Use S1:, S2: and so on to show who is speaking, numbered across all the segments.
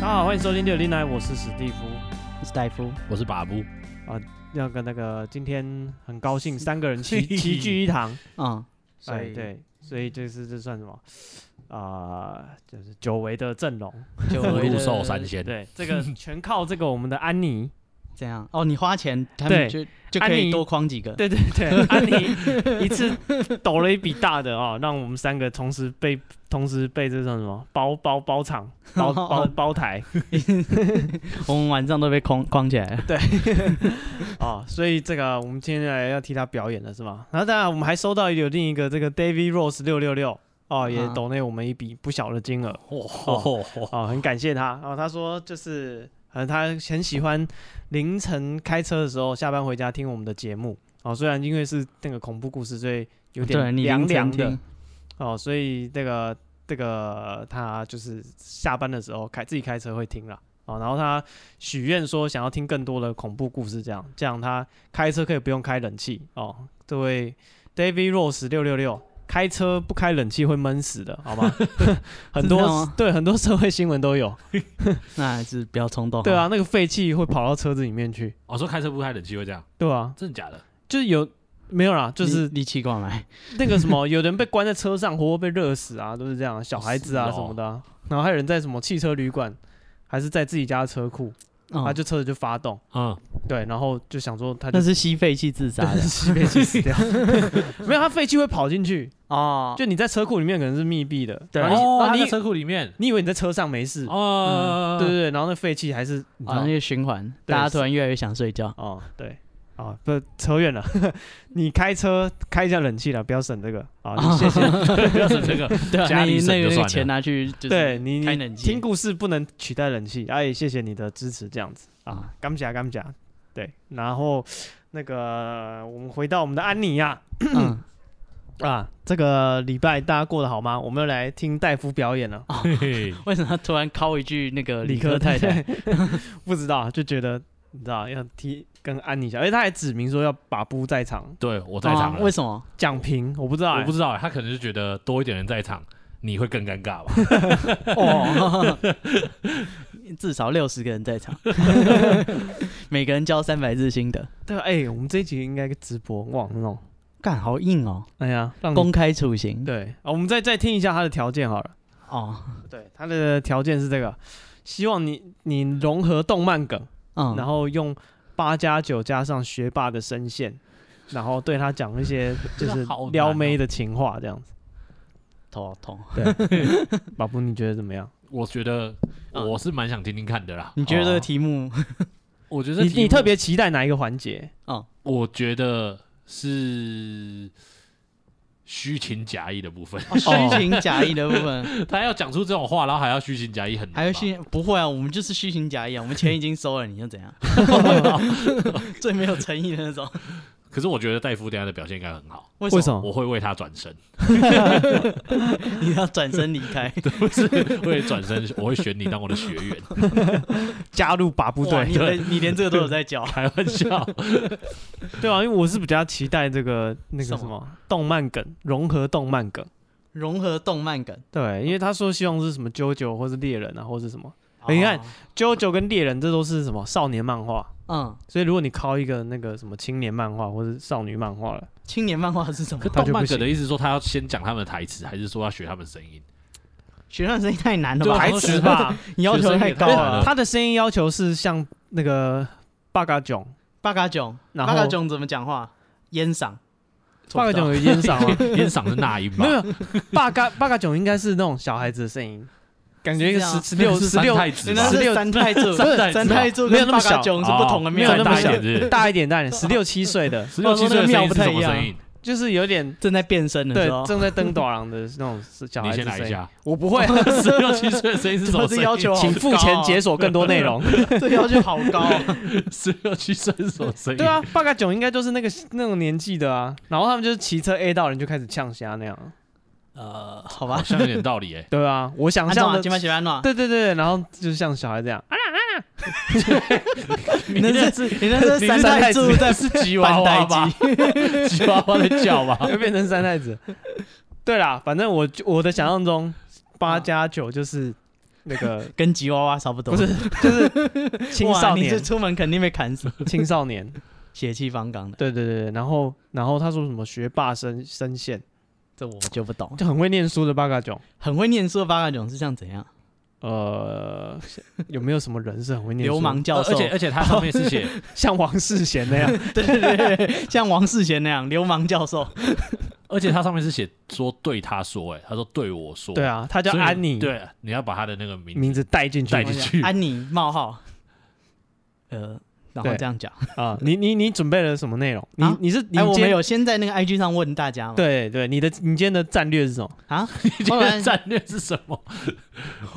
S1: 欢迎收听六零来，我是史蒂夫。
S2: 史大夫，
S3: 我是把布，
S1: 那个那个，今天很高兴三个人 齐
S3: 嘿嘿
S1: 齐聚一堂，
S2: 嗯，
S1: 哎对，所以这是这算什么？啊、就是久违的阵容，
S2: 就
S3: 福禄寿三仙，
S1: 对，这个全靠这个我们的安妮，
S2: 这样哦，你花钱，他
S1: 对
S2: 们就就可
S1: 安妮
S2: 以多框几个，
S1: 对对对， 安妮一次抖了一笔大的哦，让我们三个同时被同时被这算什么包包包场包 包包台
S2: 我们晚上都被框框起来了。
S1: 哦，所以这个我们今天来要替他表演了是吗？然后当然我们还收到有另一个这个 David Rose 六六六哦，也
S2: 啊
S1: 抖内我们一笔不小的金额
S3: 哦，
S1: 哦，很感谢他哦，他说就是呃他很喜欢凌晨开车的时候下班回家听我们的节目哦，虽然因为是那个恐怖故事，所以有
S2: 对
S1: 点
S2: 你
S1: 凉
S2: 凌晨
S1: 凉的
S2: 听。
S1: 哦，所以这个这个他就是下班的时候开自己开车会听啦。哦，然后他许愿说想要听更多的恐怖故事，这样这样他开车可以不用开冷气哦。这位 David Rose 六六六，开车不开冷气会闷死的， 好 吗？很
S2: 真的
S1: 多
S2: 吗哦
S1: 对很多社会新闻都有，
S2: 那还是不要冲动。
S1: 对，啊，那个废气会跑到车子里面去，
S3: 我哦说开车不开冷气会这样，
S1: 对啊，
S3: 真的假的？
S1: 就是有没有啦，就是
S2: 力气过来，
S1: 那个什么，有人被关在车上，活活被热死啊，都是哦这样，小孩子啊
S3: 是哦
S1: 什么的啊、然后还有人在什么汽车旅馆，还是在自己家的车库，
S2: 嗯
S1: 他就车子就发动，
S3: 嗯，
S1: 对，然后就想说他就
S2: 那是吸废气自杀的
S1: 被气死掉，没有，他废气会跑进去，
S2: 哦，
S1: 就你在车库里面可能是密闭的，
S2: 对
S1: 然后
S3: 哦，
S1: 你然
S3: 他在
S1: 后你
S3: 车库里面，
S1: 你以为你在车上没事，
S3: 哦，
S1: 对对对，然后那废气还是啊你知
S2: 好
S1: 道
S2: 像一个循环，
S1: 对
S2: 大家突然越来越想睡觉。
S1: 哦，对。啊、不，扯远了。 你开车开一下冷气了，不要省这个啊！ 你谢谢。
S3: 对， 不要省这个，
S2: 对啊，
S3: 家
S2: 那
S3: 里省
S2: 那
S3: 就
S2: 个
S3: 算了
S2: 钱啊拿去就是
S1: 对你
S2: 开
S1: 你
S2: 冷气
S1: 听故事不能取代冷气，哎，谢谢你的支持，这样子啊
S2: 啊，
S1: 感谢感谢。对，然后那个我们回到我们的安妮呀、
S2: 嗯，
S1: 啊，这个礼拜大家过得好吗？我们又来听戴夫表演了，
S3: 嘿嘿
S2: 为什么他突然敲一句那个理啊科太太？，
S1: 不知道就觉得你知道要踢跟安妮一下，而且他还指明说要把布在场
S3: 对我在场
S2: 啊
S3: 了，
S2: 为什么？
S1: 讲评，我不知道、
S3: 我
S1: 欸，
S3: 不知道，他可能是觉得多一点人在场，你会更尴尬吧？
S2: 哦， 至少六十个人在 场，每个人交三百日薪的，
S1: 对，哎、我们这一集应该直播哇弄，
S2: 干好硬哦，
S1: 哎呀，让你
S2: 公开处刑。
S1: 对啊，我们再再听一下他的条件好了。
S2: 哦，
S1: 对，他的条件是这个，希望你你融合动漫梗，
S2: 嗯，
S1: 然后用八加九加上学霸的声线，然后对他讲一些就
S3: 这个
S1: 是
S3: 好难
S1: 撩
S3: 哦
S1: 妹的情话这样子。
S2: 头好痛。
S1: 宝布，你觉得怎么样？
S3: 我觉得我是蛮想听听看的啦。
S2: 你觉得这个题目？
S3: 我觉得
S1: 你
S3: 题目
S1: 你特别，期待哪一个环节？
S2: 哦，
S3: 我觉得是虚情假意的部分，
S2: 虚情假意的部分，
S3: 他要讲出这种话，然后还要虚情假意，很难
S2: 还有
S3: 吧
S2: 虚不会啊，我们就是虚情假意啊，我们钱已经收了，你又怎样？ 最没有诚意的那种。
S3: 可是我觉得戴夫等一下的表现应该很好，
S2: 为
S1: 为
S2: 什
S1: 什
S2: 么
S1: 么？
S3: 我会为他转身，
S2: 你要转身离 开？
S3: 不是为转身，我会选你当我的学 员，
S1: 加入把布
S2: 哇，
S1: 队
S2: 你，连你连这个都 有在教
S3: 开玩笑。
S1: 对啊，因为我是比较期待这个那个
S2: 什
S1: 什
S2: 么
S1: 么动漫梗，融合动漫梗。
S2: 融合动漫梗。
S1: 对，因为他说希望是什么啾啾或是猎人啊，或是什么你看
S2: 哦，
S1: 啾啾跟猎人，这都是什么少年漫画。
S2: 嗯，
S1: 所以如果你靠一个那个什么青年漫画或是少女漫画了，
S2: 青年漫画是什么
S3: 可？
S1: 他就
S3: 动漫
S1: 不行
S3: 梗的意思是说他要先讲他们的台词，还是说要学他们的声音？
S2: 学生声音太难了
S3: 对
S2: 吧？
S3: 啊
S1: 台词吧，
S2: 你 要求太高
S3: 学生也太难
S2: 了
S3: 了。
S1: 他的声音要求是像那个八嘎囧，
S2: 八嘎囧，
S1: 然
S2: 八嘎
S1: 后
S2: 囧怎么讲话？烟嗓，
S1: 八嘎囧有烟嗓 吗？
S3: 烟嗓是那音吧
S1: 没？有，八嘎八嘎囧应该是那种小孩子的声音，感觉一个
S2: 是这
S1: 十十六
S2: 样
S3: 那个是
S1: 十
S3: 三
S1: 六
S3: 太子
S2: 人
S3: 吧
S2: 家
S1: 16
S2: 是三太子，
S3: 不是
S2: 三太子
S1: 没有
S2: 跟
S1: 那么
S2: 八嘎
S1: 小
S3: 哦
S2: 囧是不同的
S1: 没有
S2: 庙，
S1: 那么
S3: 大一
S1: 小
S3: 点是
S1: 大一点 大一点，十六七岁的，
S3: 十六七岁的声音是什么声音？
S1: 就是有点
S2: 正在变身的
S1: 对
S2: 时候，
S1: 正在登短廊的那种是小
S3: 你
S1: 孩子
S3: 先来
S1: 声
S3: 一
S1: 音。
S3: 下，
S1: 我不会，
S3: 十六 七岁的声音是什么
S2: 这
S3: 声
S2: 是
S3: 音？
S2: 要求好
S1: 请付钱解锁更多内容。
S2: 这要求好 高哦。
S3: 十六七岁是什么声音？
S1: 对啊，八嘎囧应该就是那个那种年纪的啊，然后他们就是骑车 A 到人就开始呛虾那样。
S2: 呃，好
S3: 好
S2: 吧，
S3: 像有点道理诶。
S1: 对啊，我想
S2: 安
S1: 象
S2: 诺
S1: 的
S2: 啊，金马喜安诺，
S1: 对对对，然后就像小孩这样，
S2: 你那是你那是三太子在
S3: 是吉娃
S2: 翻
S3: 娃
S2: 呆
S3: 吧？
S2: 机，
S3: 吉娃娃在叫吧？
S1: 会变成三太子。对啦，反正我就我的想象中，八加九就是那个
S2: 跟吉娃娃差不多。
S1: 不是，就是青
S2: 哇
S1: 少
S2: 你
S1: 年
S2: 这，出门肯定被砍死，
S1: 青少年，
S2: 血气方刚的，
S1: 对对对，对然后然后他说什么学霸声声线，
S2: 这我就不懂。
S1: 就很会念书的八嘎囧，
S2: 很会念书的八嘎囧是像怎样？
S1: 呃，有没有什么人是很会念书？
S2: 流氓教授，
S3: 呃而且而且它上面是 写
S1: 像王世贤那样，
S2: 对对对对，像王世贤那样流氓教授。
S3: 而且它上面是写说对他说、哎，他说对我说，
S1: 对，啊，他叫
S3: 所以
S1: 安妮，，
S3: 对，你要把他的那个名
S1: 名字带进去
S3: 带进去，
S2: 安妮冒号，呃，然后
S1: 对
S2: 这样讲。
S1: 啊。你你你准备了什么内容？你
S2: 啊
S1: 你是你
S2: 哎，我
S1: 今
S2: 们
S1: 天
S2: 有先在那个 IG 上问大家嘛？
S1: 对对，你的你今天的战略是什么？
S2: 啊，
S3: 你
S2: 后
S3: 觉
S2: 来
S3: 得战略是什么？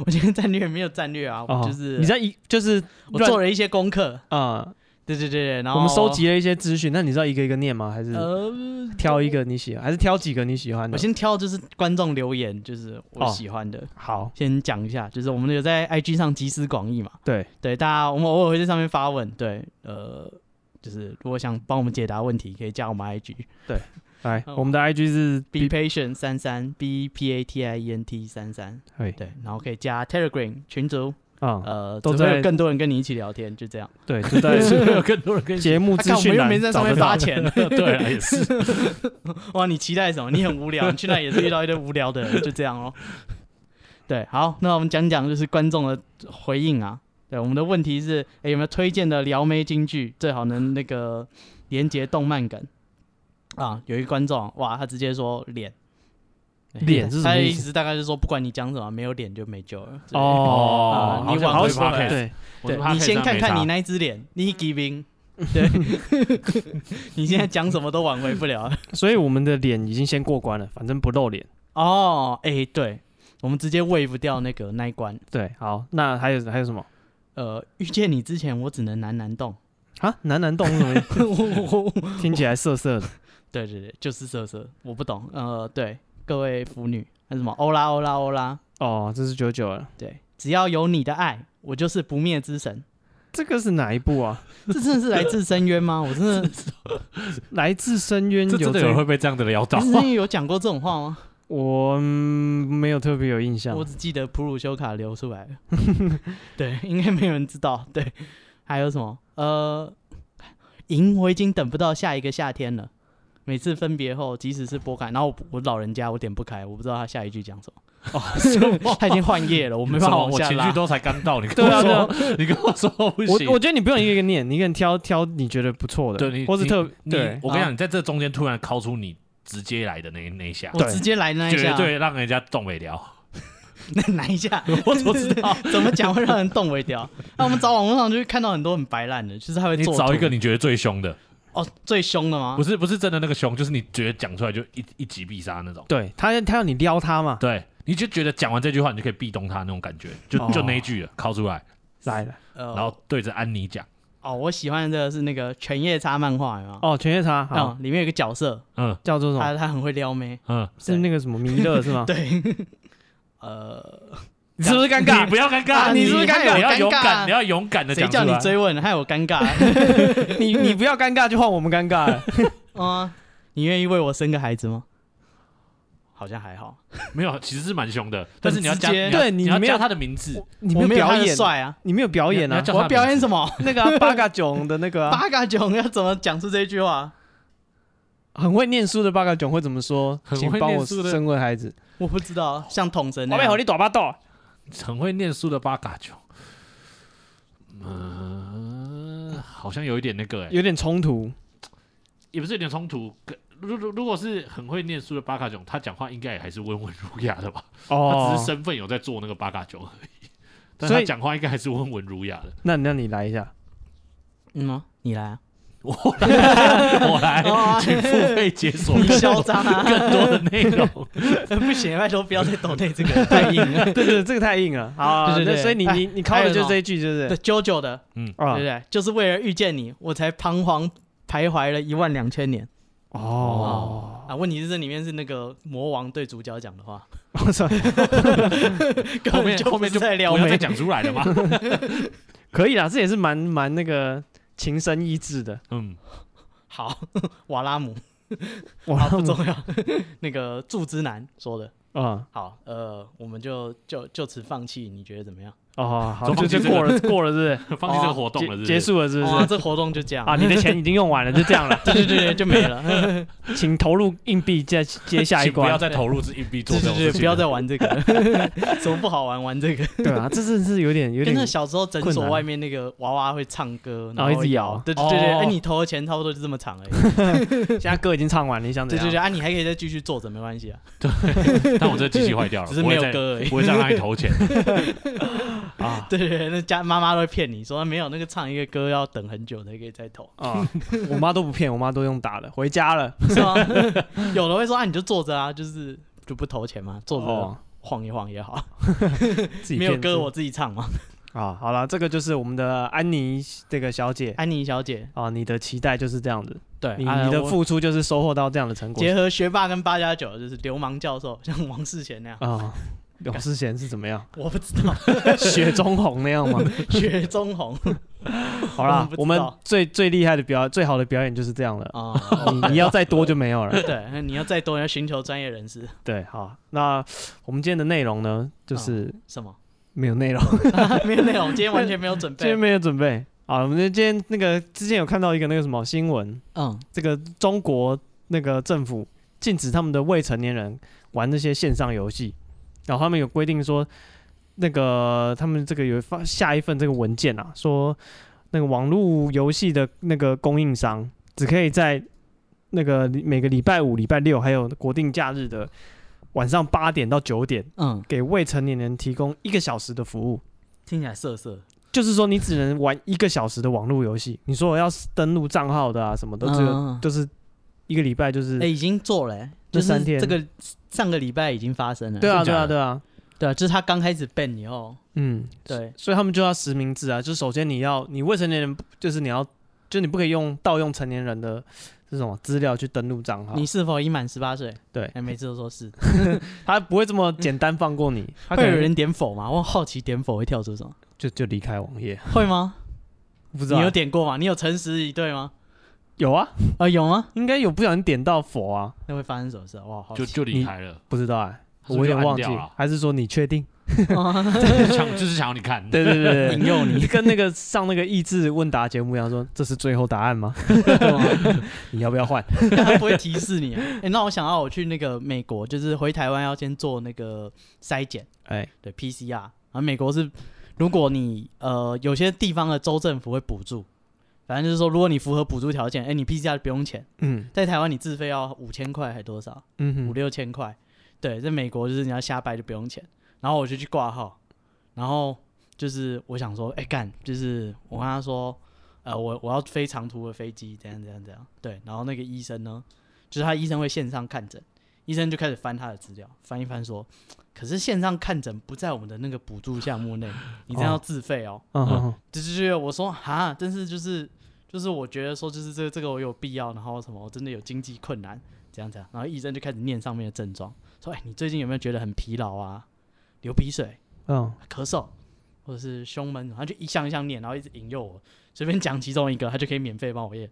S2: 我今天战略没有战略啊，我就是
S1: 哦你在一就是
S2: 我
S1: 乱
S2: 做了一些功课，
S1: 啊，
S2: 对对对对，
S1: 我
S2: 然后
S1: 们收集了一嗯些资讯，那你知道一个一个念吗？还是
S2: 呃，
S1: 挑一个你喜欢，还是挑几个你喜欢的
S2: 我？先挑就是观众留言，就是我
S1: 哦
S2: 喜欢的，
S1: 好，
S2: 先讲一下，就是我们有在 IG 上集思广益嘛，
S1: 对，
S2: 对大家，我们偶尔会在上面发问，对，呃，就是如果想帮我们解答问题，可以加我们 IG
S1: 来，
S2: 哦
S1: 我们的 IG 是
S2: be patient 三三 b p a t i e n t 三三，
S1: 对
S2: 对，然后可以加 Telegram 群组，
S1: 啊，
S2: 呃，
S1: 都
S2: 只会有
S1: 在
S2: 更多人跟你一起聊天，就这样。
S1: 对，就在
S3: 有更 多人跟你
S1: 节目
S2: 啊
S1: 资
S2: 看我
S1: 讯
S2: 们又
S1: 栏
S2: 没在上
S1: 找
S2: 面
S1: 得
S2: 发
S1: 到。
S2: 钱，
S3: 对啊，也是。
S2: 哇，你期待什么？你很无聊，你去那里也是遇到一堆无聊的人，就这样咯。对，好，那我们讲讲就是观众的回应啊。对，我们的问题是，诶有没有推荐的撩妹京剧？最好能那个连接动漫梗啊。有一个观众，哇，他直接说脸，
S1: 脸是什
S2: 他
S1: 么
S2: 的
S1: 意
S2: 意
S1: 思？
S2: 思大概是说，不管你讲什么，没有脸就没救了。之类的，
S1: 哦
S2: 啊，你
S1: 好
S2: 往
S1: 好
S2: 回
S1: 像
S3: podcast
S1: 对，
S3: 我
S2: 对
S3: 他可以
S2: 你
S3: 这
S2: 先
S3: 样
S2: 看
S3: 没
S2: 看
S3: 差
S2: 你那一只脸，你 giving，对， 你现在讲什么都挽回不了。啊
S1: 所以我们的脸已经先过关了，反正不露脸。
S2: 哦，哎、对，我们直接 wave 掉那个那一关。
S1: 对，好，那还有还有什么
S2: 呃，遇见你之前，我只能男男动。
S1: 啊？男男动是什么意思？
S2: 对
S1: 听起来涩涩的。
S2: 对对，就是色色，我不懂。呃，对，各位腐女，那什么欧拉欧拉欧拉，
S1: 哦，这是九九了，
S2: 对，只要有你的爱，我就是不灭之神。
S1: 这个是哪一部 啊？
S2: 这真的是来自深渊吗？我真的，
S1: 来自深渊
S3: 这
S1: 有
S3: 真的有人
S1: 这，
S3: 会被这样的撩到
S2: 之？ 前有讲过这种话吗？
S1: 我嗯没有特别有印象
S2: 我。只记得普鲁修卡流出 来了。对，应该没有人知道。对，还有什么？呃，赢我已经等不到下一个夏天了。每次分别后，即使是拨开，然后我我老人家我点不开，我不知道他下一句讲什么。 哦，他已经换页了，我没办
S3: 什
S2: 法
S3: 么
S2: 往
S3: 我
S2: 下
S3: 情
S2: 拉
S3: 绪。都才刚到，你跟
S1: 对啊
S3: 我
S1: 对啊
S3: 说， 你跟我说不行
S1: 我。我觉得你不用一个一个念，你一个人挑挑你觉得不错的，
S3: 对你，
S1: 或是
S3: 你
S1: 特
S3: 你
S1: 对
S3: 我跟你
S2: 啊
S3: 讲，你在这中间突然掏出你直接来的那一那一下，
S2: 我 直接来那一
S3: 绝
S2: 下，
S3: 对让人家动没了。
S2: 那哪一 下？
S3: 我怎么知道？
S2: 怎么讲会让人动微掉？那我们找网络上就会看到很多很白烂的，就是他会
S3: 你
S2: 做
S3: 找一
S2: 图
S3: 个你觉得最凶的，
S2: 哦最凶的吗
S3: 不？是不是真的那个凶，就是你觉得讲出来就一一击必杀那种。
S1: 对他他要你撩他嘛，
S3: 对，你就觉得讲完这句话，你就可以壁咚他那种感觉，就
S1: 哦
S3: 就那一句了，掏出来，
S1: 来了
S2: 然
S3: 然后对着安妮讲，
S2: 呃哦，我喜欢的是那个犬夜叉漫画，有没有？
S1: 哦，犬夜叉好
S3: 啊
S1: 哦
S2: 嗯，里面有一个角色，
S3: 嗯
S1: 叫做什么？
S2: 他他很会撩妹，
S3: 嗯，
S1: 是那个什么弥勒是 吗？
S2: 对，呃，
S1: 你是不是尴尬
S3: 你？不要尴尬，
S2: 啊你是不是尴尬
S3: 你要勇
S2: 我尴尬啊
S3: 敢，你要勇敢的
S2: 谁
S3: 讲出
S2: 叫你
S3: 来。
S2: 追问，害我尴尬。
S1: 你你不要尴尬，就换我们尴尬 了。
S2: 嗯，你愿意为我生个孩子吗？好像还好，
S3: 没有，其实是蛮凶的，但是你要
S2: 直
S3: 加，
S2: 接
S3: 你要
S1: 对你
S3: 你要
S1: 没有
S3: 加他的名字，
S1: 你
S2: 我
S1: 有
S2: 没有
S1: 表
S2: 他的
S1: 演，
S2: 帅啊，
S1: 你没有表演
S3: 你要
S1: 啊
S3: 你要？叫
S2: 我表演什么？
S1: 那个啊 八嘎囧的那个 啊，
S2: 八嘎囧要怎么讲出这句话？
S1: 很会念书的八嘎囧会怎么说？
S3: 很
S1: 请
S3: 会
S1: 帮
S3: 念
S1: 我
S3: 书的
S1: 生个孩子。
S2: 我不知道，像统神那
S1: 我被和
S2: 样，
S1: 你打巴豆。
S3: 很会念书的八嘎囧，嗯，好像有一点那个、欸，
S1: 有点冲突
S3: 也不是有点冲突。跟如如如果是很会念书的八嘎囧，他讲话应该也还是温文儒雅的吧？他只是
S1: 哦。
S3: 身份有在做那个八嘎囧而已，但
S1: 所
S3: 他
S1: 以
S3: 讲话应该还是温文儒雅的。
S1: 那那你来一下，
S2: 嗯吗？你来啊，
S3: 我来，我
S2: 哦
S3: 来，
S2: 啊
S3: 请付费解锁
S2: 你
S3: 更
S2: 嚣
S3: 多
S2: 张啊！
S3: 更多的内容。
S2: 不行，拜托不要再抖内这个，太硬了。
S1: 对对，这个太硬了。好啊，
S2: 对对
S1: 那
S2: 对
S1: 所以你
S2: 哎
S1: 你你靠
S2: 还有
S1: 的就
S2: 什
S1: 是
S2: 么
S1: 这一句，就是
S2: 对，JoJo 的，
S1: 啊
S2: 对不对？就是为了遇见你，我才彷徨徘徊了一万两千年。
S1: 哦，
S2: 啊，问题是这里面是那个魔王对主角讲的话，
S1: 我操，
S2: 根
S3: 后
S2: 本
S3: 面
S2: 就
S3: 后面
S2: 不是
S3: 就
S2: 在撩
S3: 不要再
S2: 妹，
S3: 讲出来了 嘛。
S1: 可以啦，这也是蛮蛮那个情深意志的。
S3: 嗯，
S2: 好，瓦拉姆，
S1: 哇
S2: 好，不重要。那个祝之男说的，
S1: 啊、
S2: 好，呃，我们就就就此放弃，你觉得怎么样？
S1: 哦，好，
S3: 总
S1: 就
S3: 之
S1: 就
S3: 这个
S1: 过了，过了是
S3: 放弃这个活
S1: 不
S3: 动
S1: 是？
S3: 了是不
S1: 结结
S3: 是，
S1: 束了是不
S2: 哇，
S1: 是？
S2: 这活动就这样
S1: 啊，你的钱已经用完了，就这样了，
S2: 对对对对，就没了。
S1: 请投入硬币接接下一
S3: 请不要
S1: 关。
S3: 再投入硬币做
S2: 对
S3: 这种
S2: 对对，
S3: 事情，
S2: 不要再玩这个， 什么不好玩玩这个。
S1: 对啊，这真的是有点有
S2: 跟
S1: 点
S2: 那小时候诊
S1: 困
S2: 所
S1: 难
S2: 外面那个娃娃会唱歌，
S1: 然
S2: 然
S1: 后
S2: 后
S1: 一直摇
S2: 对对对对，
S3: 哦
S2: 哎，你投的钱差不多就这么长而已。
S1: 现在歌已经唱完了，你想怎
S2: 对
S1: 样？
S2: 对对，啊，你还可以再继续坐着，没关系啊，
S3: 但我这机器 坏掉了，
S2: 只是
S3: 不
S2: 没
S3: 会
S2: 有
S3: 再
S2: 歌而已
S3: 不会再让你投钱。
S1: 啊
S2: 对对对，那家妈妈都会骗你说没有那个唱一个歌要等很久才可以再投，
S1: 啊！我妈都不骗，我妈都用打的，回家了。
S2: 是吗？有的会说啊，你就坐着啊，就是就不投钱嘛，坐着
S1: 哦，
S2: 晃一晃也好，
S1: 自己
S2: 没有
S1: 骗自
S2: 歌
S1: 己
S2: 我自己唱嘛。
S1: 啊，好了，这个就是我们的安妮这个小姐
S2: 安妮小姐，
S1: 啊，你的期待就是这样子，
S2: 对，
S1: 你
S2: 啊
S1: 你的
S2: 我
S1: 付出就是收获到这样的成果
S2: 结合学霸跟八加九，就是流氓教授， 像王世贤那 样，
S1: 啊。永世贤是怎么样？
S2: 我不知 道，
S1: 雪中红那 样吗？
S2: 雪 中红
S1: 好啦，我
S2: 我们不知道
S1: 们最最厉害的表最好的表演就是这样了。
S2: 啊，
S1: 你你要再多就没有了。
S2: 对，你要再多，你要寻求专业人士，
S1: 对，好，那我们今天的内容呢，就是
S2: 什么？
S1: 没有内容，
S2: 没有内容，今天完全没有准
S1: 今天
S2: 备。
S1: 没有准备。啊，我们今天那个之前有看到一个那个什么新闻，
S2: 嗯，
S1: 这个中国那个政府禁止他们的未成年人玩那些线上游戏，然后他们有规定说，那个他们这个有发下一份这个文件啊，说那个网络游戏的那个供应商只可以在那个礼每个礼拜五、礼拜六还有国定假日的晚上八点到九点，
S2: 嗯，
S1: 给未成年人提供一个小时的服务。
S2: 听起来涩涩，
S1: 就是说，你只能玩一个小时的网络游戏。你说我要登录账号的啊，什么的，这个
S2: 嗯
S1: 就是一个礼拜就是
S2: 哎，已经做了欸，
S1: 那
S2: 就是
S1: 三天
S2: 这个上个礼拜已经发生了。
S1: 对啊，
S3: 真
S1: 对
S3: 假
S1: 啊，
S3: 的
S1: 对啊，
S2: 对啊，就是他刚开始哦 ban 以后，
S1: 嗯，
S2: 对，
S1: 所以他们就要实名制啊，就首先你要，你未成年人不就是你要，就你不可以用盗用成年人的这种资料去登录账号
S2: 你，是否已满十八岁？
S1: 对
S2: 哎，每次都 说是，
S1: 他不会这么简单放过你，他可
S2: 会有
S1: 能
S2: 人点否吗？我很好奇点否会跳 出什么？
S1: 就就离开网页，
S2: 会吗？
S1: 不知
S2: 你
S1: 道
S2: 有
S1: 啊
S2: 点过吗？你有诚实以对吗？
S1: 有啊，
S2: 啊，有吗？
S1: 应该有不小心点到佛啊，
S2: 那会发生什么事啊？哇，好
S3: 就
S2: 奇
S3: 就离开了，
S1: 不知道哎，我
S3: 他是不
S1: 有
S3: 是就
S1: 点忘记
S3: 按掉了，
S1: 还是说你确定？
S3: 想就是想要你看，
S1: 对对对对
S2: 引诱
S1: 对。
S2: 你
S1: 你跟那个上那个益智问答节目一样，说这是最后答案吗？你要不要换？
S2: 他不会提示你、啊。哎、那我想要我去那个美国，就是回台湾要先做那个筛检，
S1: 哎，
S2: 对 PCR。然后啊美国是，如果你呃有些地方的州政府会补助，反正就是说，如果你符合补助条件，哎、你 PCR 不用钱。
S1: 嗯
S2: 在台湾你自费要五千块还多少？
S1: 嗯
S2: 五
S1: 哼，
S2: 六千块。对，在美国就是你要瞎掰就不用钱。然后我就去挂号，然后就是我想说，哎、干，就是我跟他说，呃，我我要飞长途的飞机，怎样怎样怎样。对，然后那个医生呢，就是他医生会线上看诊，医生就开始翻他的资料，翻一翻说，可是线上看诊不在我们的那个补助项目内，你这样要自费哦。
S1: 嗯哼哼
S2: 对对对，我说哈，但是就是就是我觉得说就是这个这个我有必要，然后什么我真的有经济困难，怎样怎样，然后医生就开始念上面的症状，说哎你最近有没有觉得很疲劳啊，流鼻水、
S1: 嗯，
S2: 咳嗽，或者是胸闷，他就一项一项念，然后一直引诱我，随便讲其中一个，他就可以免费帮我验，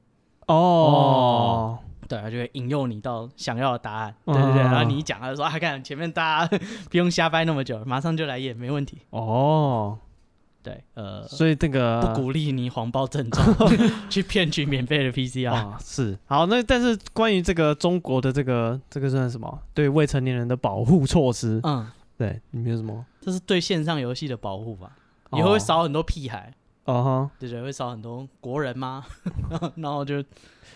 S1: 哦。
S2: 对，他就会引诱你到想要的答案，对对对，
S1: 哦
S2: 然后你一讲他就说啊看前面大家 不用瞎掰那么久，马上就来验，没问题，
S1: 哦，
S2: 对，呃。
S1: 所以这个
S2: 不鼓励你谎报症状， 去骗取免费的 PCR。
S1: 啊是好，那但是关于这个中国的这个这个算什么？对未成年人的保护措施，
S2: 嗯，
S1: 对你们有什么？
S2: 这是对线上游戏的保护吧？以后会少很多屁孩，
S1: 哦哈。
S2: 对对，会少很多国人吗？ 然后就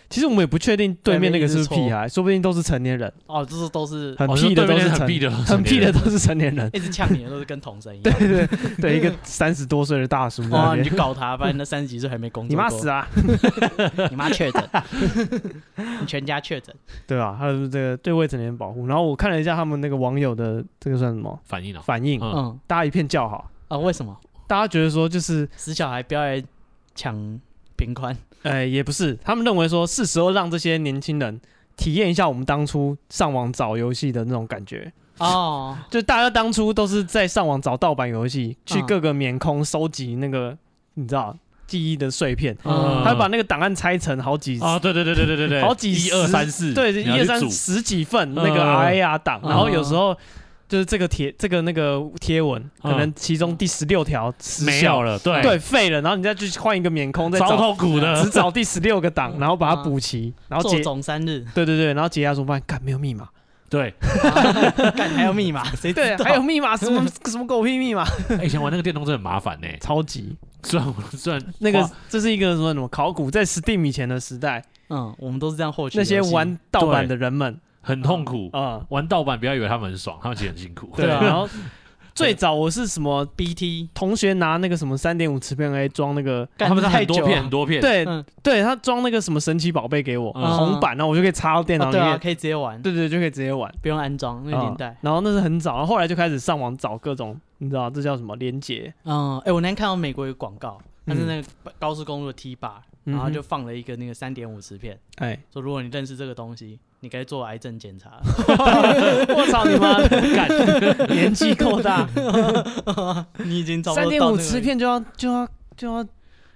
S1: 其实我们也不确定对面那个是不是
S2: 对面一直
S1: 屁孩，说不定都是成年人，
S2: 哦，这是都是
S1: 很
S3: 哦
S1: 屁的
S3: 对
S1: 都
S3: 面
S1: 是
S3: 很
S1: 成
S3: 屁的
S1: 很屁的
S3: 成年人
S1: 都是成年
S2: 。
S1: 人
S2: 一直呛你的都是跟童声一
S1: 对
S2: 样。
S1: 对对对，一个三十多岁的大叔在那
S2: 哇，你
S1: 边，
S2: 去搞他，发现那三十几岁还没工作，
S1: 你妈死！啊！
S2: 你妈确诊，你全家确诊。
S1: 对吧？还有这个对未成年人保护。然后我看了一下他们那个网友的这个算什么
S3: 反应哦，
S1: 反应，
S3: 嗯
S2: 嗯
S1: 大家一片叫好，
S2: 啊，为什么
S1: 大家觉得说就是
S2: 死小孩不要来抢平宽？
S1: 呃，也不是，他们认为说是时候让这些年轻人体验一下我们当初上网找游戏的那种感觉。
S2: 哦，
S1: 就大家当初都是在上网找盗版游戏，去
S2: 嗯
S1: 各个免空收集那个你知道记忆的碎片，
S2: 嗯
S1: 他会把那个档案拆成好几。
S3: 啊，对对对对对对对，
S1: 好几
S3: 一
S1: 十
S3: 二三四，
S1: 对，
S3: 你
S1: 一
S3: 要去
S1: 二三
S3: 组
S1: 十几份那个
S3: 嗯
S1: RAR 档，然后有时候就是这个贴这个那个贴文，可能其中第十六条失
S3: 嗯没
S1: 效
S3: 有
S1: 了，
S3: 了，对
S1: 对，废了，然后你再去换一个免空，再
S3: 超
S1: 找
S3: 痛苦的
S1: 只，找第十六个
S3: 嗯
S1: 档，然后把它补齐，然后
S2: 嗯做
S1: 解，
S2: 总三日，
S1: 对对对，然后解压说发现，干没有密码，
S3: 对，
S2: 啊干还有密码，谁知
S1: 对，
S2: 道？
S1: 还有密码什么 什么狗屁密码，
S3: 哎以前玩那个电动真的很麻烦呢，
S1: 超级
S3: 虽然我虽然
S1: 那个
S3: 哇
S1: 这是一个什么什么考古，在 Steam 以前的时代，
S2: 嗯，我们都是这样获取
S1: 那些
S2: 游戏
S1: 玩盗版的人们
S3: 很痛苦，
S1: 啊，
S3: 玩盗版不要以为他们很爽，他们其实很辛苦，
S1: 对，
S2: 啊
S1: 然后最早我是什么
S2: BT，
S1: 同学拿那个什么三点五磁片来装那个，
S2: 干
S3: 他们是
S2: 太
S3: 很多
S2: 久
S3: 片
S2: 了
S3: 很。多片，
S1: 对
S2: 嗯
S1: 对，他装那个什么神奇宝贝给我
S3: 嗯
S1: 红版，然后我就哦可以插到电脑
S2: 啊
S1: 里
S2: 对啊，
S1: 面，
S2: 可以直接玩，
S1: 对对，就可以直接玩。
S2: 不用安装那个年代
S1: 嗯。然后那是很早，然后后来就开始上网找各种，你知道这叫什么连接？
S2: 嗯，哎，我那天看到美国有广告，它是
S1: 嗯
S2: 那个高速公路的 T bar，然后就放了一个那个三点五十片，
S1: 哎，
S2: 说如果你认识这个东西，你该做癌症检查。
S1: 我操你妈！干，年纪够 大，
S2: 你已经差不
S1: 三
S2: 多
S1: 点
S2: 到
S1: 五
S2: 那个
S1: 磁片就要就要就要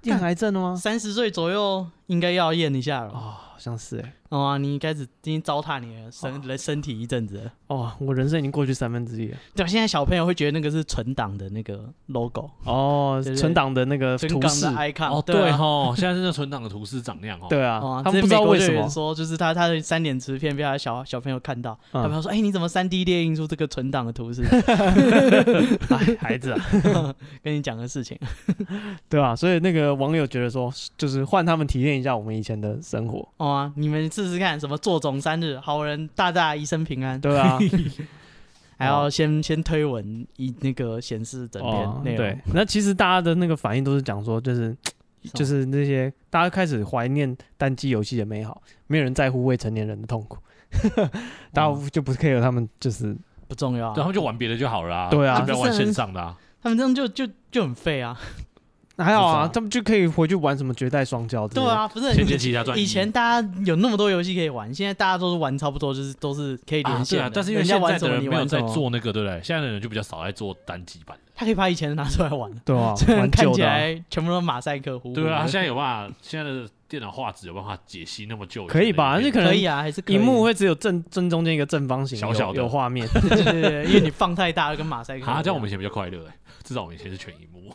S1: 验癌症了吗？
S2: 三十岁左右应该要验一下了。
S1: 哦，好像是哎，
S2: 哦啊，你开始已经糟蹋你的身人身体一阵子了。
S1: 哦，我人生已经过去三分之一了。
S2: 对吧，现在小朋友会觉得那个是存档的那个 logo，
S1: 哦
S2: 对，对
S1: 存档的那个
S2: 存
S1: 图
S2: 档
S1: 示
S2: 的，icon。
S3: 哦对
S2: 啊。
S3: 吼，现在是那存档的图是长那样哦，
S1: 对啊
S2: 哦啊，
S1: 他
S2: 之
S1: 们
S2: 前
S1: 不知道
S2: 美国
S1: 为
S2: 就
S1: 什
S2: 有
S1: 么
S2: 人，说，就是他他的三点磁片被他的小小朋友看到，
S1: 嗯
S2: 小朋友说：“哎、你怎么三 D 猎鹰出这个存档的图示
S1: 哎，孩子啊，？”
S2: 跟你讲的事情，
S1: 对啊，所以那个网友觉得说，就是换他们体验一下我们以前的生活，
S2: 哦啊，你们试试看，什么坐总三日，好人大大一生平安，
S1: 对 哦啊，
S2: 还要先先推文以那个显示整
S1: 哦
S2: 篇内容，
S1: 对，那其实大家的那个反应都是讲说，
S2: 嗯
S1: 就是
S2: 是吧
S1: 就是那些大家开始怀念单机游戏的美好，没有人在乎未成年人的痛苦， 大
S2: 哦
S1: 家就不 care 他们就是
S2: 不重要、啊。
S3: 对，然后就玩别的就好了啊，
S1: 对啊
S3: 就不要玩线上的啊，
S2: 他们这样就就就很废啊！
S1: 还好
S3: 不知
S1: 啊，
S3: 道
S1: 他们就可以回去玩什么绝代双骄之类
S2: 对
S1: 的，
S2: 啊，不是
S3: 仙剑奇侠传一
S2: 以前大家有那么多游戏可以玩，现在大家都是玩差不多，就是都是可以
S3: 啊
S2: 连线
S3: 对
S2: 的、
S3: 啊，但是因为
S2: 人家
S3: 现在
S2: 玩什
S3: 的
S2: 么
S3: 人
S2: 你
S3: 没有
S2: 玩什
S3: 在
S2: 么，
S3: 做那个，对不对？现在的人就比较少在做单机版的，
S2: 他可以把以前的拿出来玩。
S1: 对 啊，
S2: 虽然
S1: 玩
S2: 看
S1: 旧
S2: 起
S1: 的啊、
S2: 来全部都是马赛克糊糊的，
S3: 对啊，他现在有办法，现在的电脑画质有办法解析那么旧以前的
S1: 可以
S3: 影片，
S1: 吧？那可
S2: 可
S1: 能
S2: 以啊，还是可以
S1: 荧幕 会只有正正中间一个正方形，
S3: 小
S1: 有
S3: 小的
S1: 有画 面，
S2: 对对对对，因为你放太大了，跟马赛克一样。
S3: 啊，这样我们以前比较快乐哎，至少我们以前是全荧幕，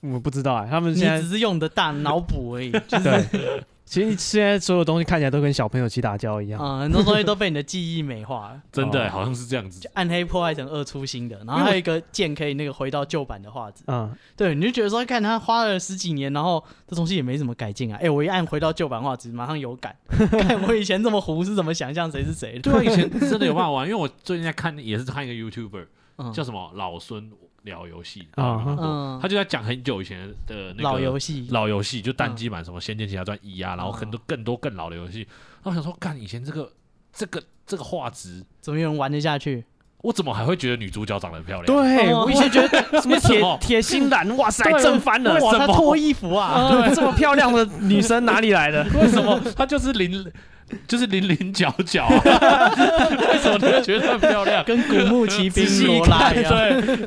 S1: 我不知道哎、他们
S2: 你
S1: 现在
S2: 只是用你的大脑补而 已，就是
S1: 对，其实现在所有东西看起来都跟小朋友起打胶一样。
S2: 啊、很多东西都被你的记忆美化了。
S3: 真的欸
S1: 哦
S3: 好像是这样子
S2: 就，暗黑破坏成二出新的，然后
S1: 因为我
S2: 还有一个键可以那个回到旧版的画质，
S1: 嗯，
S2: 对，你就觉得说，看他花了十几年，然后这东西也没怎么改进啊。 哎、我一按回到旧版画质，马上有 感。看我以前这么糊是怎么想象谁是谁的？
S3: 对啊，以前真的有办法玩，因为我最近在看，也是看一个 YouTuber
S2: 嗯
S3: 叫什么老孙聊游戏
S1: 啊
S3: 啊，
S2: 嗯
S3: 他就在讲很久以前的那个
S2: 老游戏，
S3: 老游戏，就单机版什么《仙剑奇侠传一》啊，然后很
S2: 嗯
S3: 多更多更老的游戏。然后我想说，干以前这个这个这个画质，
S2: 怎么有人玩得下去？
S3: 我怎么还会觉得女主角长得很漂亮？
S1: 对
S2: 哦
S1: 我以 前觉得什么
S3: 为什
S1: 铁
S3: 么
S1: 铁心兰，哇塞
S3: 对，
S1: 震翻了，
S2: 哇，
S3: 什
S2: 他
S3: 么
S2: 脱衣服 啊！
S1: 啊这么漂亮的女生哪里来的？
S3: 为什么她就是零，就是零零角 角、啊？为什么你会觉得她很漂亮？
S2: 跟古墓奇兵罗拉一样，
S3: 对，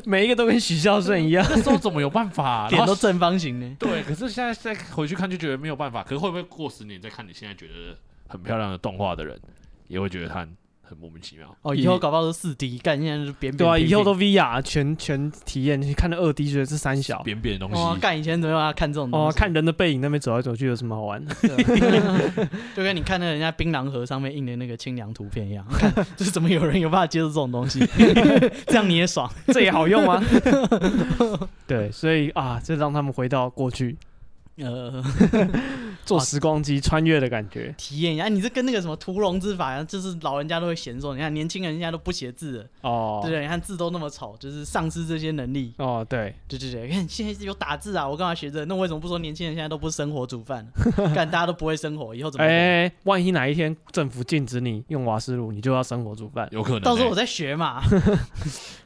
S1: 每一个都跟许孝顺一样。
S3: 那时候怎么有办法、 啊？
S2: 脸
S3: 然后
S2: 都正方形呢。
S3: 对，可是现在再回去看就觉得没有办法。可是会不会过十年再看你现在觉得很漂亮的动画的人，也会觉得她很很莫名其妙？
S2: 哦，以后搞不好都四 D，干现在就是扁扁平平。
S1: 对啊，以后都 VR 全全体验，你看到二 D 觉得这三小
S3: 扁扁的东西，
S2: 哦，干以前怎么要看这种东
S1: 哦，
S2: 西？
S1: 看人的背影那边走来走去有什么好玩？的？
S2: 对啊就跟你看那人家槟榔盒上面印的那个清凉图片一样，看 就是怎么有人有办法接受这种东西， 这样你也爽。
S1: 这也好用吗？对，所以啊，这让他们回到过去，
S2: 呃，
S1: 坐时光机穿越的感觉
S2: 体验一下，你这跟那个什么屠龙之法一样，就是老人家都会嫌说，你看年轻人人家都不写字了，
S1: 哦
S2: 对不。对？你看字都那么丑，就是丧失这些能力。
S1: 哦，对，
S2: 对对对， 看现在有打字啊，我干嘛学这个？那为什么不说年轻人现在都不生火煮饭？ 干大家都不会生火，以后怎么活？
S1: 哎，万一哪一天政府禁止你用瓦斯炉，你就要生活煮饭。
S3: 有可能欸、
S2: 到时候我再学 嘛，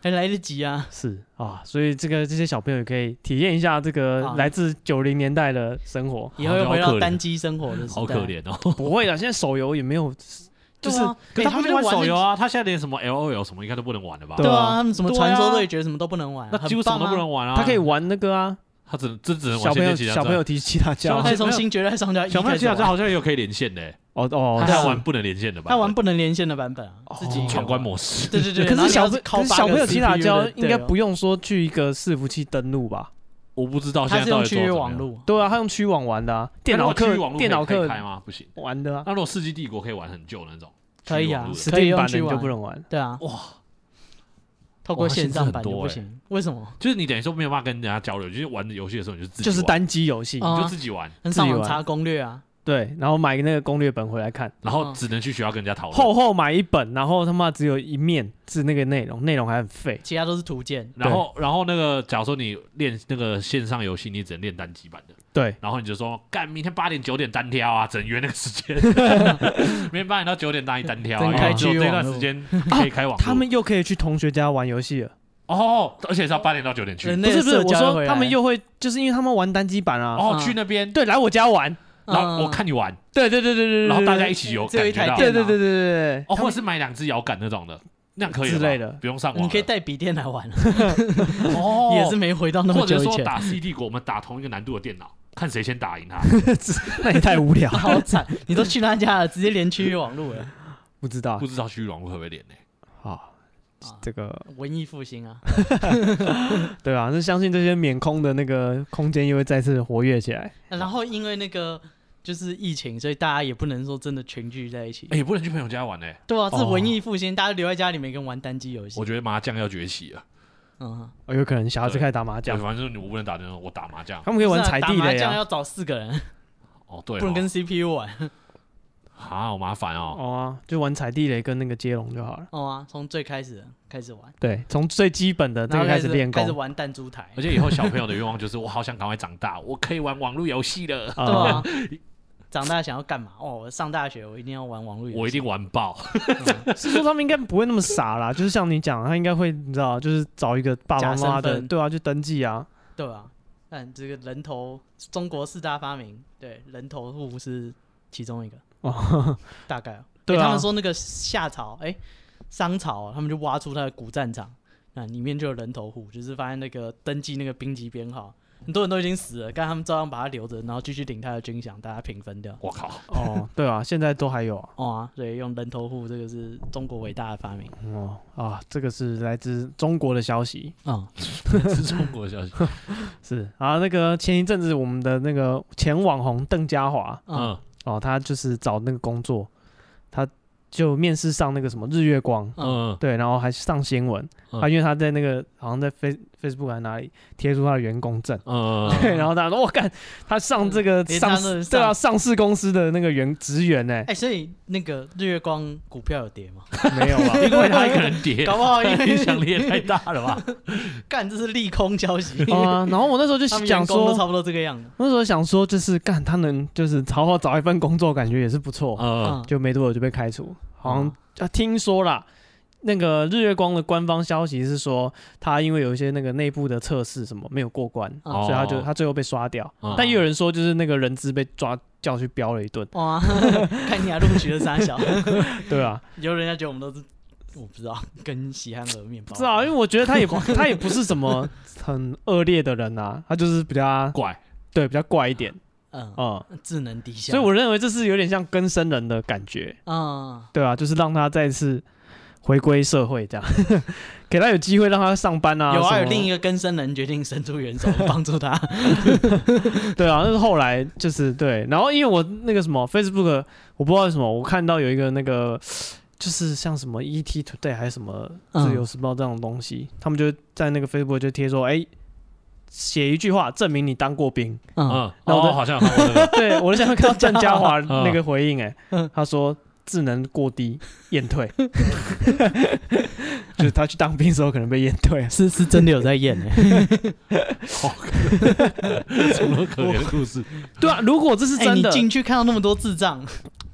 S2: 还来得及啊。
S1: 是啊，所以这个这些小朋友也可以体验一下这个
S2: 啊。
S1: 来自九零年代的生活
S2: 以后又
S3: 好
S2: 回
S3: 好可
S2: 到
S3: 怜
S2: 单机生活的时代。
S3: 好可怜哦。
S1: 不会的，现在手游也没有，就是
S2: 对啊
S3: 可
S2: 哎
S3: 是他
S2: 们
S3: 们就
S2: 就
S3: 玩
S2: 那
S3: 手游，啊，他现在连什么 L O L 什么应该都不能玩了吧？
S1: 对
S2: 对
S1: 啊
S2: 啊，他们什么
S3: 对
S2: 传说
S3: 啊
S2: 对决什么都不能玩啊，
S3: 那几乎什
S2: 很
S3: 么
S2: 棒啊
S3: 都不。能玩啊。
S1: 他可以，玩那个啊，
S3: 他只能这只能玩
S1: 小朋友
S3: 仙剑奇侠
S1: 小朋友
S3: 传
S1: 提其他
S3: 小
S1: 教
S3: 朋
S2: 他
S3: 友
S2: 从新绝代上家一
S3: 小朋友
S2: 开
S3: 其
S2: 始
S3: 他
S2: 玩
S3: 好像也有可以连线的欸，
S1: 哦哦
S3: 他，
S2: 对啊
S3: 还玩不能连线的吧？
S2: 他玩不能连线的版本啊，自己一个人
S3: 闯关
S2: 玩。
S3: 模式，
S2: 对对对，
S1: 可
S2: 然后
S1: 是
S2: 你
S1: 小
S2: 要
S1: 朋
S2: 靠
S1: 可是
S2: 八
S1: 小
S2: 个
S1: 朋友踢打
S2: CPU
S1: 胶
S2: 的啊
S1: 应该
S2: 队友
S1: 不用说去一个伺服器登录吧？
S3: 我不知道现
S2: 他
S3: 在
S2: 是
S3: 到
S2: 用
S3: 底
S2: 区
S3: 做
S2: 域
S3: 得怎么
S2: 网
S3: 样。
S2: 络，
S1: 对啊，他用区域网玩的啊，电脑
S3: 那如果区域
S1: 课
S3: 网络
S1: 电脑
S3: 可以
S1: 课
S3: 开吗？不行。
S1: 玩的啊，
S3: 那如果《世纪帝国》可以玩很久的那种，
S2: 可以啊
S1: 死
S3: 区域网络的
S2: 可以
S1: 定
S2: 用
S1: 版
S2: 区
S1: 的
S2: 域
S1: 你就
S2: 网
S1: 不能玩。
S2: 对啊，
S3: 哇，
S2: 透过
S3: 哇
S2: 线上版
S3: 限制很
S2: 就
S3: 多
S2: 不
S3: 欸
S2: 行，为什么？
S3: 就是你等于说没有办法跟人家交流，就是玩游戏的时候你就自己
S1: 就是
S3: 玩
S1: 单机游戏，
S2: 哦
S3: 你就自己玩，
S2: 能
S1: 自己
S2: 上网
S1: 玩
S2: 查攻略啊，
S1: 对，然后买那个攻略本回来看，
S3: 然后只能去学校跟人家讨论，
S1: 厚厚买一本，然后他妈只有一面是那个内容，内容还很废。
S2: 其他都是图鉴。
S3: 然后然后那个假如说你练那个线上游戏，你只能练单机版的，
S1: 对，
S3: 然后你就说干明天八点九点单挑啊，只能约那个 时间，明天八点到九点单一单挑啊，
S2: 真
S3: 因
S1: 开
S3: 为只有
S2: 区域
S3: 这
S2: 网
S3: 段
S2: 络
S3: 时间可以开网络。
S1: 他们又可以去同学家玩游戏了。
S3: 哦，而且是要八点到九点去，
S2: 人
S1: 不
S2: 类
S1: 是不是，
S2: 社
S1: 我
S2: 交又
S1: 说
S3: 啊
S2: 回
S1: 他们
S2: 来，
S1: 又会，就是因为他们玩单机版啊。
S3: 哦
S2: 嗯
S3: 去那边，
S1: 对，来我家玩。
S2: 嗯
S3: 然后我，看你玩，
S1: 对对对对对对
S3: 然后大
S1: 对
S3: 家一起有
S2: 只有一
S3: 感
S2: 台
S3: 觉到，
S1: 对
S2: 电
S1: 对
S2: 脑
S1: 对对对对，
S3: 哦，
S1: 他
S3: 或者
S1: 们
S3: 是买两只摇杆那种的，那样可以
S1: 之
S3: 了吧
S1: 类的
S3: 不用上网了，
S2: 嗯你可以带笔电来玩，
S3: 哦，
S2: 也是没回到那么
S3: 或
S2: 久
S3: 者
S2: 以
S3: 说
S2: 前，，
S3: 打 C 帝国，我们打同一个难度的电脑，看谁先打赢啊他。
S1: 那也太无聊
S2: 好惨！你都去他家了，直接连区域网络了，
S1: 不知道
S3: 不知道虚荣会不会连呢、
S1: 好
S2: 啊，
S1: 这个
S2: 文艺复兴啊，
S1: 对啊，那相信这些免空的那个空间又会再次活跃起来。
S2: 然后因为那个就是疫情，所以大家也不能说真的群聚在一起
S3: 哎、。也不能去朋友家玩呢、
S2: 对啊，这
S1: 哦
S2: 文艺复兴，大家留在家里面跟玩单机游戏
S3: 我。觉得麻将要崛起了，
S2: 嗯，
S1: 哦，有可能小孩子开始打麻
S3: 对，
S1: 将，
S3: 反正我不能打电动，我打麻将。
S1: 他们可以玩
S2: 不是啊
S1: 踩地
S2: 打麻
S1: 雷
S2: 将
S1: 呀。
S2: 要找四个人，
S3: 哦，对哦，
S2: 不能跟 CPU 玩。
S3: 啊，好麻烦哦。
S1: 哦啊，就玩踩地雷跟那个接龙就好了。
S2: 哦啊，从最开始开始玩，
S1: 对，从最基本的这
S2: 然
S1: 个
S2: 后
S1: 开始练
S2: 开始
S1: 功。
S2: 玩弹珠台
S3: 而。且以后小朋友的愿望就是，我好想赶快长大，我可以玩网络游戏 了，
S1: 啊
S2: 对啊，长大想要干嘛？哦，我上大学我一定要玩网络游戏。
S3: 我一定玩爆。
S2: 嗯
S1: 是说他们应该不会那么傻啦，就是像你讲，他应该会，你知道，就是找一个爸爸妈妈
S2: 假身
S1: 的，
S2: 份
S1: 对啊，就登记啊。
S2: 对啊，但这个人头，中国四大发明，对，人头户是其中一个，
S1: 哦，
S2: 大概。
S1: 对啊
S2: 诶他们说那个夏朝，哎、商朝，他们就挖出他的古战场，那里面就有人头户，就是发现那个登记那个兵籍编号，很多人都已经死了，但他们照样把他留着，然后继续领他的军饷，大家平分掉。
S3: 我靠，
S1: 哦，对啊，现在都还有啊。
S2: 哦啊，所以用人头户这个是中国伟大的发明。
S1: 哦啊，这个是来自中国的消息，
S2: 嗯，
S3: 是中国消息。
S1: 是啊。那个前一阵子我们的那个前网红邓家华
S2: 嗯
S3: 嗯，
S1: 哦，他就是找那个工作，他就面试上那个什么日月光，
S3: 嗯，
S1: 对，然后还上新闻。
S3: 嗯
S1: 他因为他在那个好像在 Face Facebook 还哪里贴出他的员工证。
S3: 嗯，
S1: 对，然后大家说，我干，他上这个
S2: 连
S1: 上
S2: 哦嗯哎他都
S1: 市
S2: 能
S1: 对啊，
S2: 上
S1: 上市公司的那个员职员欸呢
S2: 哎、，所以那个日月光股票有啊跌 吗？
S1: 没有吧？
S3: 因为他一个人 跌，
S2: 搞不好因为
S3: 影响力也 太大了吧？
S2: 干，这是利空消息。
S1: 哦啊，然后我那时候就
S2: 他们
S1: 想
S2: 员工
S1: 说
S2: 都，差不多这个样
S3: 哦
S2: 子。
S1: 那时候想说，就是干他能就是好好找一份工作，感觉也是不
S2: 哦
S1: 错。
S3: 嗯，
S1: 就没多久就被开除，好像
S2: 嗯
S1: 啊，听说啦，那个日月光的官方消息是说，他因为有一些那个内部的测试什么没有过关，
S2: 哦
S1: 所以他就他最后被刷掉。
S3: 哦
S1: 但也有人说，就是那个人资被抓叫去飙了一 顿，
S2: 哇，看你还录取了啥小，
S1: 对啊，
S2: 有人家觉得我们都是，我不知道，跟喜憨儿面包。
S1: 不知啊道，因为我觉得他 也不他也不是什么很恶劣的人啊，他就是比较
S3: 怪，
S1: 对比较怪一点，
S2: 嗯，
S1: 嗯，
S2: 智能低下。
S1: 所以我认为这是有点像更生人的感觉，
S2: 嗯，
S1: 对啊，就是让他再次回归社会，这样 给他有机会让他上班啊。
S2: 有
S1: 什
S2: 啊，
S1: 么
S2: 有另一个更生人决定伸出援手帮 助他。
S1: 对啊，那是后来就是对，然后因为我那个什么 Facebook，我不知道为什么，我看到有一个那个就是像什么 ET Today 还是什么
S2: 嗯
S1: 自由时报这种东西，他们就在那个 Facebook 就贴说，哎、写一句话证明你当过兵。
S2: 嗯，
S3: 嗯，
S1: 然后我
S3: 哦，
S1: 就
S3: 好像有看过那个，
S1: 对我就想看到郑嘉 华那个回应、哎
S2: 嗯，
S1: 他说智能过低，验退， 就是他去当兵的时候可能被验退。啊
S2: 是是真的有在 验诶。
S3: 什么可怜的故事？
S1: 对啊，如果这是
S2: 哎，
S1: 真
S2: 你
S1: 的，
S2: 进去看到那么多智障，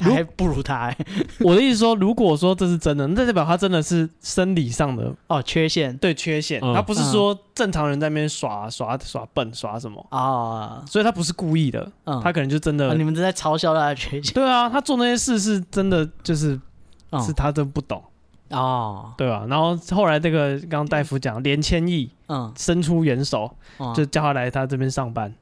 S1: 如
S2: 还不如他哎诶。
S1: 我的意思说，如果说这是真的，那代表他真的是生理上的
S2: 哦，缺陷
S1: 对缺陷，
S3: 嗯
S1: 他不是说正常人在那边耍耍耍笨耍什么，
S2: 啊，
S1: 所以他不是故意的，
S2: 嗯，
S1: 他可能就真
S2: 啊
S1: 的
S2: 你们正在嘲笑他的缺陷。
S1: 对啊，他做那些事是真的就是
S2: 嗯
S1: 是他真不懂，
S2: 哦，
S1: 对吧、然后后来这个刚刚大夫讲连千亿
S2: 嗯，
S1: 伸出援手，
S2: 哦
S1: 就叫他来他这边上班，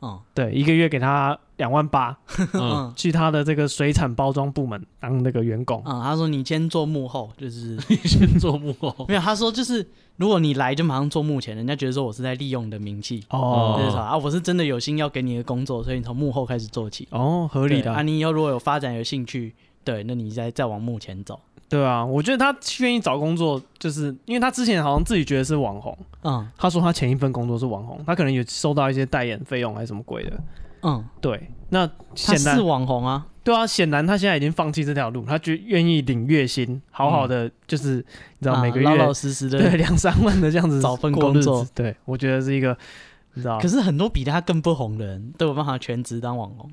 S2: 哦，
S1: 对，一个月给他两万八，
S3: 嗯，
S2: 嗯
S1: 去他的这个水产包装部门当那个员工。
S2: 嗯，他说你先做幕后，就是 哦
S3: 你
S2: 嗯
S3: 先做幕后，
S2: 没有，他说就是如果你来就马上做幕前，人家觉得说我是在利用你的名气，
S1: 哦
S2: 就是说啊，我是真的有心要给你的工作，所以你从幕后开始做起，
S1: 哦，合理的
S2: 对啊，
S1: 啊，
S2: 你以后如果有发展有兴趣，对，那你再再往幕前走，
S1: 对啊，我觉得他愿意找工作，就是因为他之前好像自己觉得是网红，
S2: 嗯
S1: 他说他前一份工作是网红，他可能有收到一些代言费用还是什么鬼的。
S2: 嗯，
S1: 对，那
S2: 他
S1: 显然
S2: 是网红啊，
S1: 对啊，显然他现在已经放弃这条路，他就愿意领月薪，好好的就是、你知道
S2: 嗯啊
S1: 每个月、
S2: 老老实实
S1: 对
S2: 的，
S1: 两三万的这样子
S2: 找份
S1: 过
S2: 工
S1: 日
S2: 作
S1: 子，对我觉得是一个你知道，
S2: 可是很多比他更不红的人都有办法全职当网红，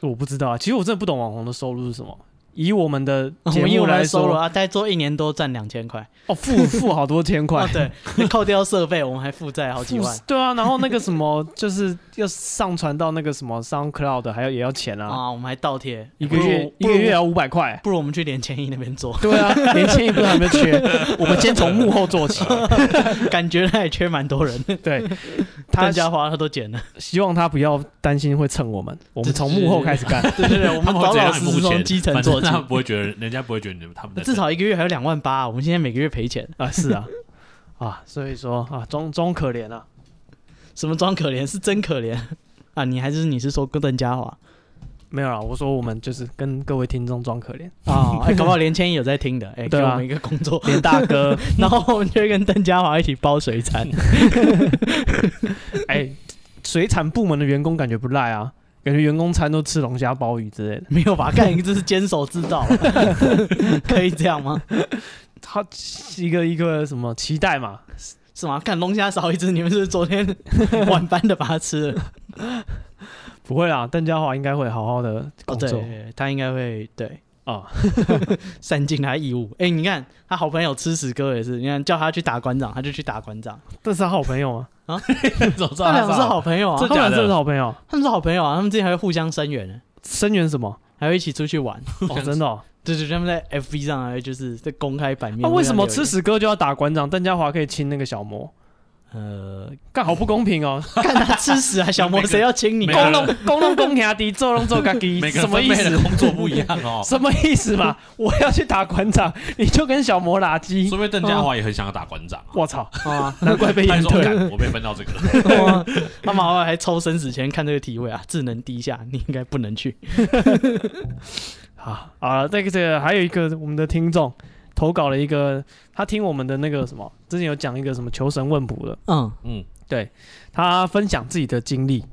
S1: 我不知道啊，其实我真的不懂网红的收入是什么。以我们的 节
S2: 哦我以
S1: 目
S2: 我
S1: 来
S2: 来收入
S1: 说，
S2: 啊，大概做一年多赚两千块，
S1: 哦，付付好多千块
S2: 哦，，对，那扣掉设备，我们还负债好几
S1: 付
S2: 万。
S1: 对啊，然后那个什么，就是要上传到那个什么 SoundCloud，还要也要钱啊，
S2: 啊，我们还倒贴
S1: 一个月一
S2: 不
S1: 个
S2: 如
S1: 月要五百 块。
S2: 不如我们去连千亿那边做，
S1: 对啊，连欠一步都还没缺，我们先从幕后做起。
S2: 感觉他也缺蛮多人，
S1: 对，
S2: 他
S1: 他
S2: 家花他都减了。
S1: 希望他不要担心会蹭我们，我们从幕后开始 干。
S2: 对对对，我
S3: 他
S2: 们
S3: 们
S2: 老
S3: 会直接
S2: 老
S3: 让你
S2: 实实
S3: 幕
S2: 从
S3: 前，
S2: 基层
S3: 反
S2: 做
S3: 正
S2: 起
S3: 他，们不会觉得，人家不会觉得你们他们 在
S2: 至少一个月还有两万八，我们现在每个月赔钱，
S1: 啊，是 啊，啊，所以说啊，装装可怜啊，
S2: 什么装可怜是真可怜 啊？你还是你是说邓家华
S1: 没有啦，我说我们就是跟各位听众装可怜，
S2: 啊？ 哎，搞不好连千亿有在 听的，哎，给
S1: 哦对啊
S2: 我们一个工作，
S1: 连大哥，
S2: 然后我们就会跟邓家华一起包 水产。
S1: 哎、水产部门的员工感觉不赖啊，感觉员工餐都吃龙虾、鲍鱼之类的。
S2: 没有吧？ 干，这是坚守之 道，啊可以这样吗？
S1: 他一个一个什么期待嘛？
S2: 是吗？干龙虾少一只，你们是不是 昨天晚班的把它吃了？
S1: 不会啦，邓家华应该会好好的
S2: 哦，
S1: 工作
S2: 对，他应该会对 哦
S1: 啊、
S2: 善尽他义务。哎，你看他好朋友吃屎哥也是，你看叫他去打馆长，他就去打馆长。
S1: 这是他好朋友吗？
S3: 早知
S2: 他
S3: 道
S2: 们俩是
S3: 他
S2: 好朋友啊
S3: 真，
S1: 他
S3: 假
S1: 们
S3: 的
S1: 真的是好朋友，
S2: 他们是好朋友啊，他们之前还会互相声援呢，啊
S1: 声援什么？
S2: 还会一起出去玩。
S1: 哦， 真的、哦。
S2: 对对，他们在 FB 上还会就是在公开版面。
S1: 啊那、为什么
S2: 会这
S1: 吃
S2: 样
S1: 屎哥就要打馆长？邓家华可以亲那个小魔，
S2: 留言？
S1: 干好不公平哦！
S2: 呃，看呃他吃屎 啊，小魔谁要亲你啊
S3: 每？个
S1: 公
S3: 人
S1: 弄公弄公兄弟，做弄做家己
S3: 每，
S1: 什
S3: 个人
S1: 么
S3: 分
S1: 意
S3: 配的
S1: 思？。
S3: 工作不一样 哦
S1: 什么意思嘛？ 我要去打馆长，你就跟小魔垃圾
S3: 说。不定邓家华也很想要打馆长啊，
S1: 我操，
S2: 啊，
S1: 难怪被
S3: 他
S1: 隐
S3: 就说
S1: 退。
S3: 干我被分到这个，
S2: 哇他们好像还抽生死前看这个体位啊，智能低下，你应该不能去。
S1: 好，好了，这个这个还有一个我们的听众投稿了一个，他听我们的那个什么，之前有讲一个什么求神问卜的，
S2: 嗯，
S3: 嗯，
S1: 他分享自己的经历，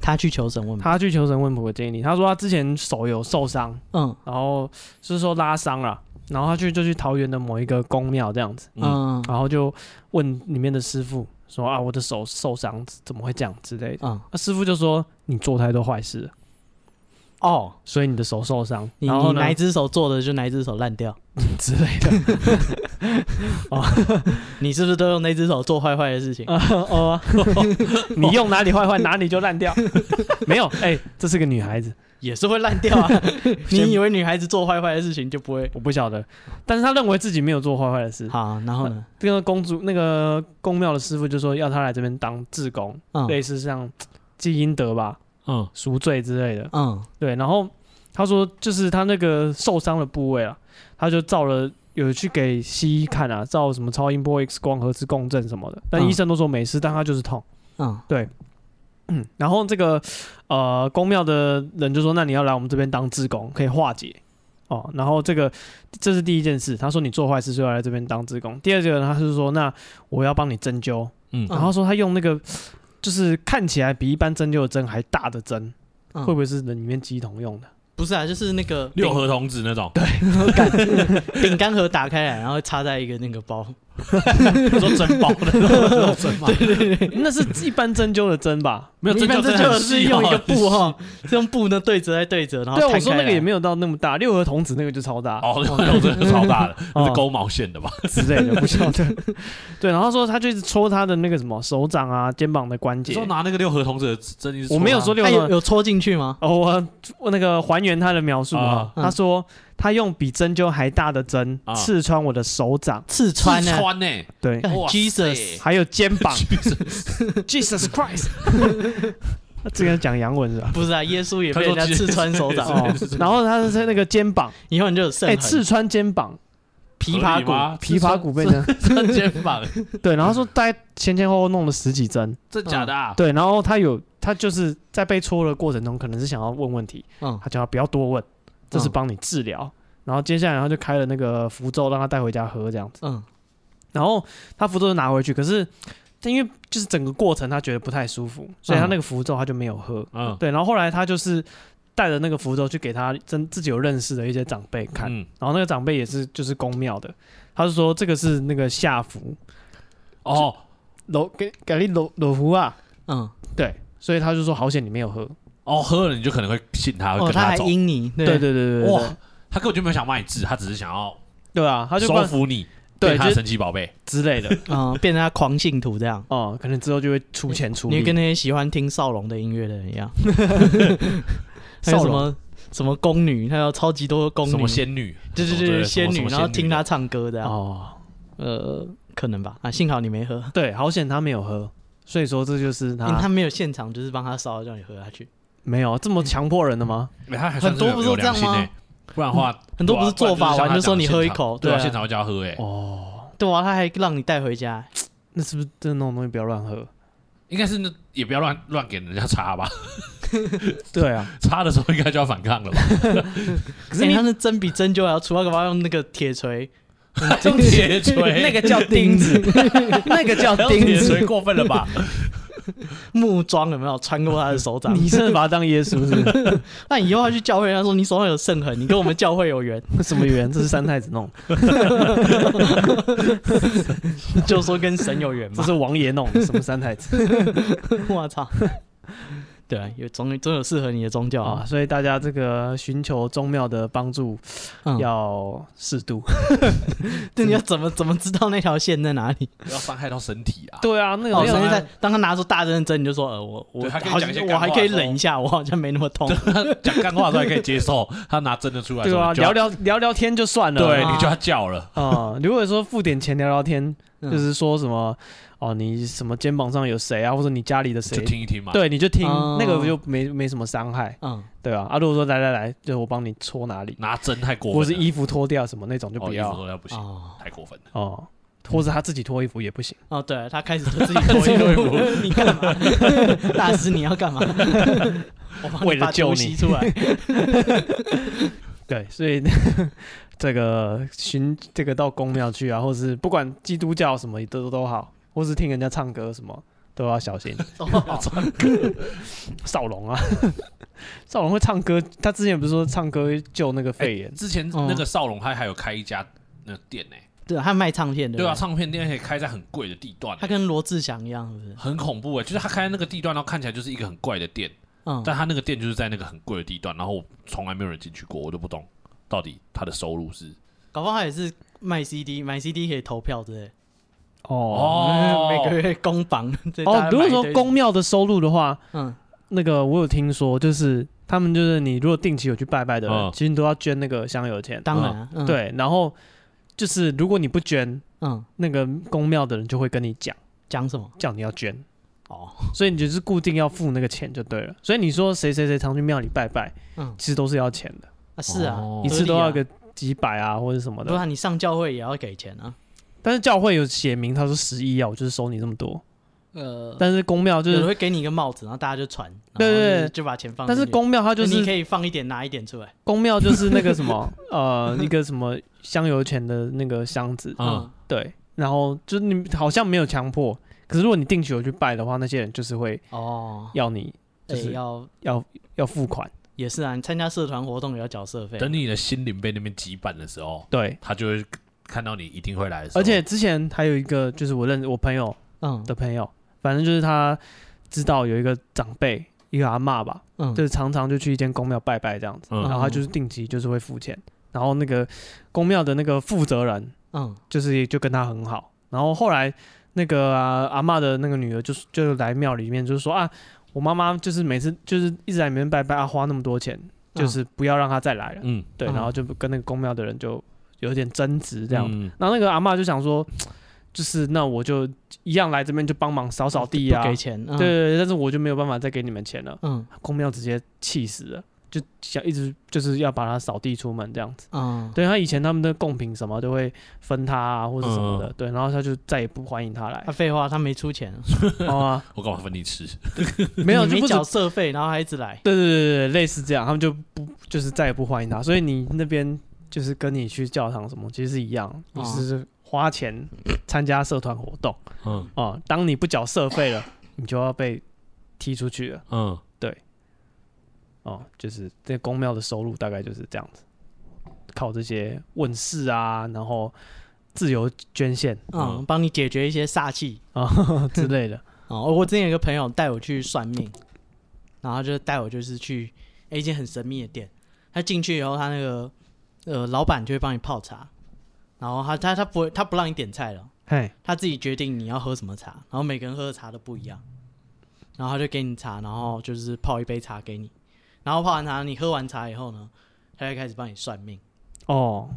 S2: 他去求神问卜。
S1: 他去求神问卜的经历。他说他之前手有受伤，
S2: 嗯
S1: 然后是说拉伤了，然后他去就去桃园的某一个宫庙这样子，
S3: 嗯
S2: 嗯
S1: 然后就问里面的师傅说啊，我的手受伤怎么会这样之类的。
S2: 嗯
S1: 那、师傅就说你做太多坏事了，
S2: 哦，
S1: 所以你的手受伤，
S2: 你
S1: 然后
S2: 你
S1: 呢
S2: 哪一只手做的就哪一只手烂掉，
S1: 之类的。
S2: 你是不是都用那只手做坏坏的事情？
S1: 哦， 你用哪里坏坏，哪里就烂掉。 没有，哎、这是个女孩子，
S2: 也是会烂 掉啊！你以为女孩子做坏坏的事情就不会？
S1: 我不晓得，但是她认为自己没有做坏坏的事。
S2: 好，然后呢？
S1: 这个公主，那个宫庙的师傅就说要她来这边当志工，
S2: 嗯
S1: 类似像积阴德吧、
S3: 嗯，
S1: 赎罪之类的。
S2: 嗯
S1: 对，然后她说，就是她那个受伤的部位啊，她就照了。有去给西医看啊，照什么超音波、X 光、核磁共振什么的，但
S2: 嗯
S1: 医生都说没事，但她就是痛。
S2: 嗯
S1: 嗯，然后这个呃，公庙的人就说，那你要来我们这边当志工，可以化解哦。然后这个这是第一件事，他说你做坏事就要来这边当志工。第二个呢，他是说，那我要帮你针灸，
S3: 嗯
S1: 然后说他用那个就是看起来比一般针灸的针还大的针，
S2: 嗯，
S1: 会不会是里面鸡桶用的？
S2: 不是啊？就是那个
S3: 六
S2: 饼
S3: 合童子那种，
S2: 饼干盒打开来，然后插在一个那个包。
S3: 你说真包 的那种真包，
S1: 那是一般针灸的针 吧？
S3: 没有
S2: 一
S3: 针
S2: 般
S3: 灸
S2: 这
S3: 真
S2: 就
S3: 的很
S2: 是
S3: 细
S2: 用一个
S3: 哦
S2: 布哈，是用布呢对折再对折，然后
S1: 对啊，我
S2: 摊
S1: 说
S2: 开
S1: 那个也
S2: 来
S1: 没有到那么大，六合童子那个就超大
S3: 哦，那种真的超大的，那
S1: 哦
S3: 是勾毛线的吧？
S1: 之类 的，不晓得。对，然后说他就一直戳他的那个什么手掌啊、肩膀的关
S3: 你
S1: 节
S3: 说。拿那个六合童子的针一直戳
S1: 我
S3: 啊，
S1: 没有说六
S2: 他
S1: 合
S2: 有，有戳进去吗？
S1: 哦，我我那个还原他的描述啊
S3: 啊，
S2: 嗯
S1: 他说他用比针灸还大的针
S3: 啊
S1: 刺穿我的手掌，
S2: 刺
S3: 是
S2: 穿啊呢？
S3: 穿呢，
S1: 对，
S2: 干
S3: 哇
S2: Jesus
S3: 塞
S1: 还有肩膀，Jesus Christ，这个讲洋文是 吧？
S2: 不是啊，耶稣也被人家刺穿手 掌，
S1: 哦，然后他是那个肩膀，
S2: 以后你就有
S1: 哎，
S2: 圣痕。
S1: 刺穿肩膀，
S2: 琵琶
S3: 合理吗
S2: 骨，
S1: 琵琶骨被人家
S2: 穿肩 膀，
S1: 对，然后说大概前前后后弄了十几针，
S3: 真假的啊？
S1: 对，然后他有他就是在被戳的过程中，可能是想要问问题，
S2: 嗯，
S1: 他叫他不要多问，这是
S2: 嗯
S1: 帮你治疗。然后接下来他就开了那个符咒，让他带回家喝这样子。
S2: 嗯，
S1: 然后他符咒就拿回去，可是他因为就是整个过程他觉得不太舒服，所以他那个符咒他就没有喝。
S3: 嗯
S1: 对，然后后来他就是带着那个符咒去给他真自己有认识的一些长辈看，
S3: 嗯，
S1: 然后那个长辈也是就是宫庙的，他就说这个是那个下符，
S3: 哦
S1: 楼给给你楼楼符啊，
S2: 嗯，
S1: 对，所以他就说好险你没有喝。
S3: 哦，喝了你就可能会信他，会
S2: 哦，
S3: 啊跟
S2: 他还
S3: 走。
S2: 阴你，
S1: 对对对对对，
S3: 哇，他根本就没有想帮你治，他只是想要
S1: 对啊，他就
S3: 收
S1: 灌
S3: 服你，
S1: 对
S3: 变他
S1: 就是
S3: 的神奇宝贝。
S1: 之类的，
S2: 嗯，变成他狂信徒这 样。
S1: 哦、可能之后就会出钱出
S2: 你
S1: 力
S2: 会。跟那些喜欢听少龙的音乐的人一样，还有
S1: 少
S2: 什
S1: 龙
S2: 么什么宫女，还有超级多宫女，
S3: 什么仙女？
S2: 对对对
S3: 什么
S2: 对
S3: 对
S2: 仙
S3: 什
S2: 女，
S3: 么什么
S2: 然后
S3: 仙女
S2: 听
S3: 的
S2: 她唱歌这样，
S1: 哦，
S2: 呃，可能吧啊，幸好你没喝，
S1: 对，好险他没有喝，所以说这就是
S2: 因
S1: 他
S2: 为他没有现场就是帮他烧叫你喝下去，
S1: 没有这么强迫人的吗？
S3: 欸他还
S2: 很多不是
S3: 有
S2: 这样
S3: 良心
S2: 吗
S3: 欸？不然的话，
S2: 很多不是做法完就说你喝一口
S3: 对
S2: 对啊
S3: 啊，现场会叫他喝哎。
S1: 哦，
S2: 对啊，他还让你带回家，
S1: 那是不是真的那种东西不要乱喝？
S3: 应该是那也不要乱乱给人家插吧，
S1: 对啊，哎
S3: 插的时候应该就要反 抗了吧？
S1: 可是
S2: 欸
S1: 你、
S2: 他那针比针灸还要粗，他干嘛用那个铁锤？
S3: 用铁 锤，
S1: 那个叫钉子， 那个叫
S3: 用
S1: 钉
S3: 铁
S1: 子
S3: 锤，过分了吧？
S2: 木桩有没有穿过他的手 掌？
S1: 你真的把他当耶稣是不
S2: 那以后他去教会，他说你手上有圣痕，你跟我们教会有缘，
S1: 是？ 什么缘？这是三太子弄的，
S2: 就说跟神有 缘
S1: 这
S2: 嘛。
S1: 是王爷弄的，什么三太子
S2: 我操！对啊，有总总有适合你的宗教
S1: 啊？
S2: 啊。
S1: 所以大家这个寻求宗庙的帮助
S2: 嗯，
S1: 哦要适度。
S2: 对，你要怎么怎么知道那条线在哪里？
S3: 不要伤害到身体啊！
S1: 对啊，那个
S2: 哦，
S1: 没有
S2: 所以
S1: 啊
S2: 在当他拿出大针的针，你就说呃，我我
S3: 对他可以
S2: 好
S3: 讲一些
S2: 像
S3: 干
S2: 我
S3: 话
S2: 还可以
S3: 的时候
S2: 忍一下，我好像没那么痛。
S3: 讲干话的时候还可以接受，他拿真的出来的
S1: 对
S3: 时
S1: 啊，
S3: 候，
S1: 聊聊聊聊天就算
S3: 你
S1: 了。
S3: 就要对，
S2: 啊
S3: 你就要叫了。
S1: 啊、如果说付点钱聊聊天，
S2: 嗯
S1: 就是说什么哦，你什么肩膀上有谁啊，或者你家里的
S3: 就
S1: 谁，
S3: 听一听嘛，，
S1: 对，你就听、
S2: 哦
S1: 那个就没没什么伤害，
S2: 嗯，
S1: 对吧、啊？如果说来来来，就我帮你戳哪里，
S3: 拿针太过分
S1: 或
S3: 了，
S1: 是衣服脱掉什么那种就
S3: 哦
S1: 不
S3: 衣
S1: 要
S3: 服脱掉不行，
S2: 哦
S3: 太过 分了。
S1: 哦、或是他自己脱衣服也不
S3: 嗯
S1: 行。
S2: 哦，对他开始自己脱衣服， 你干嘛？大师你要干嘛？我帮你
S1: 为了
S2: 把
S1: 救
S2: 毒
S1: 你
S2: 吸出来。
S1: 对，所以 这个寻这个到公庙去啊，或是不管基督教什么都都好，或是听人家唱歌什么都要小心。
S2: 哦
S1: 少龙啊， 少龙会唱歌，他之前不是说唱歌救那个肺炎？
S3: 之前
S2: 嗯
S3: 那个少龙他还有开一家那个店呢，欸
S2: 对，他卖唱片
S3: 对
S2: 吧
S3: 啊，？唱片店而且开在很贵的地段欸，
S2: 他跟罗志祥一样，是不是？
S3: 很恐怖哎，就是他开在那个地段，然后看起来就是一个很怪的店，
S2: 嗯，
S3: 但他那个店就是在那个很贵的地段，然后从来没有人进去过，我都不懂到底他的收入是
S2: 搞不好他也是卖 CD，买 CD 可以投票之类。
S1: 哦
S3: 哦，
S2: 每个月公榜。对大
S1: 哦
S2: 家，
S1: 如
S2: 买
S1: 果
S2: 一
S1: 说
S2: 堆
S1: 公庙的收入的话，
S2: 嗯
S1: 那个我有听说，就是他们就是你如果定期有去拜拜的人，
S3: 嗯
S1: 其实你都要捐那个香油钱。
S2: 当然啊，嗯，
S1: 哦对，然后就是如果你不捐，
S2: 嗯，
S1: 那个公庙的人就会跟你讲，
S2: 讲什么？
S1: 叫你要捐，
S2: 哦，
S1: 所以你就是固定要付那个钱就对了。所以你说谁谁谁常去庙里拜拜，
S2: 嗯
S1: 其实都是要钱的，
S2: 啊是啊
S3: 哦，
S1: 一次都要
S2: 给。
S1: 个几百啊或者什么
S2: 不
S1: 的。
S2: 然你上教会也要给钱啊。
S1: 但是教会有写明，他说十一啊，我就是收你这么多。
S2: 呃，
S1: 但是公庙就
S2: 有人
S1: 是，
S2: 会给你一个帽子，然后大家就传，
S1: 对对
S2: 然后
S1: 对
S2: 就就把钱放进
S1: 但
S2: 去。哎
S1: 是公庙它就
S2: 你
S1: 是
S2: 可以放一点拿一点出来。
S1: 公庙就是那个什 么呃一个什么香油钱的那个箱子，
S2: 啊
S3: 嗯，
S1: 对，然后就是你好像没有强迫，可是如果你定期有去拜的话，那些人就是会
S2: 哦，
S1: 要你就
S2: 对，
S1: 是
S2: 要
S1: 要要付款，
S2: 也是啊，你参加社团活动也要缴社费。
S3: 等你的心灵被那边羁绊的时候，
S1: 对。
S3: 他就会看到你一定会来的时候，
S1: 而且之前还有一个就是我认我朋友
S2: 嗯
S1: 的朋友，反正就是他知道有一个长辈，一个阿嬷吧，
S2: 嗯，
S1: 就是常常就去一间公庙拜拜这样子，
S3: 嗯
S1: 然后他就是
S2: 哦
S1: 定期就是会付钱，然后那个公庙的那个负责人
S2: 嗯
S1: 就是也就跟他很好。然后后来那个、啊阿嬷的那个女儿就是就来庙里面就是说啊，我妈妈就是每次就是一直在里面拜拜啊，花那么多钱，就是不要让她再来了。
S3: 嗯，
S1: 对，
S2: 嗯
S1: 然后就跟那个公庙的人就有点争执
S3: 这
S1: 这样。
S3: 嗯
S1: 然后那个阿嬷就想说，就是那我就一样来这边就帮忙扫扫地
S2: 不
S1: 啊，
S2: 给钱，嗯
S1: 对对，对，但是我就没有办法再给你们钱了。
S2: 嗯
S1: 公庙直接气死了，就想一直就是要把它扫地出门这样子。
S2: 嗯，
S1: 对他以前他们的贡品什么都会分他啊，或者什
S2: 嗯
S1: 么的，对，然后他就再也不欢迎 他来
S2: 他废话，他没出钱，
S1: 哦啊，
S3: 我干嘛分你吃？
S1: 没有
S2: 你
S1: 就
S2: 没
S1: 不止
S2: 缴社费，然后还一直来，
S1: 对对对对，类似这样，他们就不就是再也不欢迎他，所以你那边就是跟你去教堂什么其实是一样，
S2: 哦
S1: 就是花钱参加社团活动
S3: 嗯
S1: 啊、当你不缴社费了，你就要被踢出去了
S3: 嗯，
S1: 哦、就是这公庙的收入大概就是这样子，靠这些问世啊，然后自由捐献
S2: 嗯，
S3: 嗯
S2: 帮你解决一些煞气。
S1: 啊、 之类 的，
S2: 哦，我之前有一个朋友带我去算命，然后他就带我就是去一间很神秘的店，他进去以后，他那个呃老板就会帮你泡茶，然后他他他不会他不让你点菜了，
S1: 嘿，
S2: 他自己决定你要喝什么茶，然后每个人喝的茶都不一样，然后他就给你茶，然后就是泡一杯茶给你，然后泡完茶你喝完茶以后呢，他就开始帮你算命。
S1: 哦，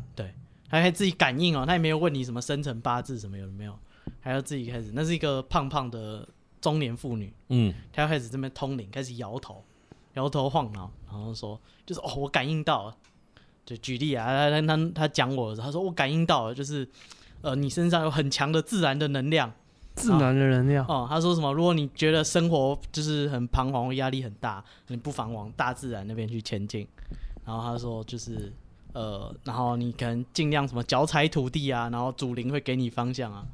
S2: 还还自己感应哦，他也没有问你什么生辰八字什么有的没有，还要自己开始。那是一个胖胖的中年妇女，
S3: 嗯，
S2: 她要开始这边通灵，开始摇头，摇头晃脑，然后说就是哦，我感应到了。就举例啊，他他他他讲我的时候，他说我感应到了，就是呃，你身上有很强的自然的能量
S1: 自然的能量，
S2: 哦。他说什么？如果你觉得生活就是很彷徨、压力很大，你不妨往大自然那边去前进。然后他说就是呃，然后你可能尽量什么脚踩土地啊，然后祖灵会给你方向啊。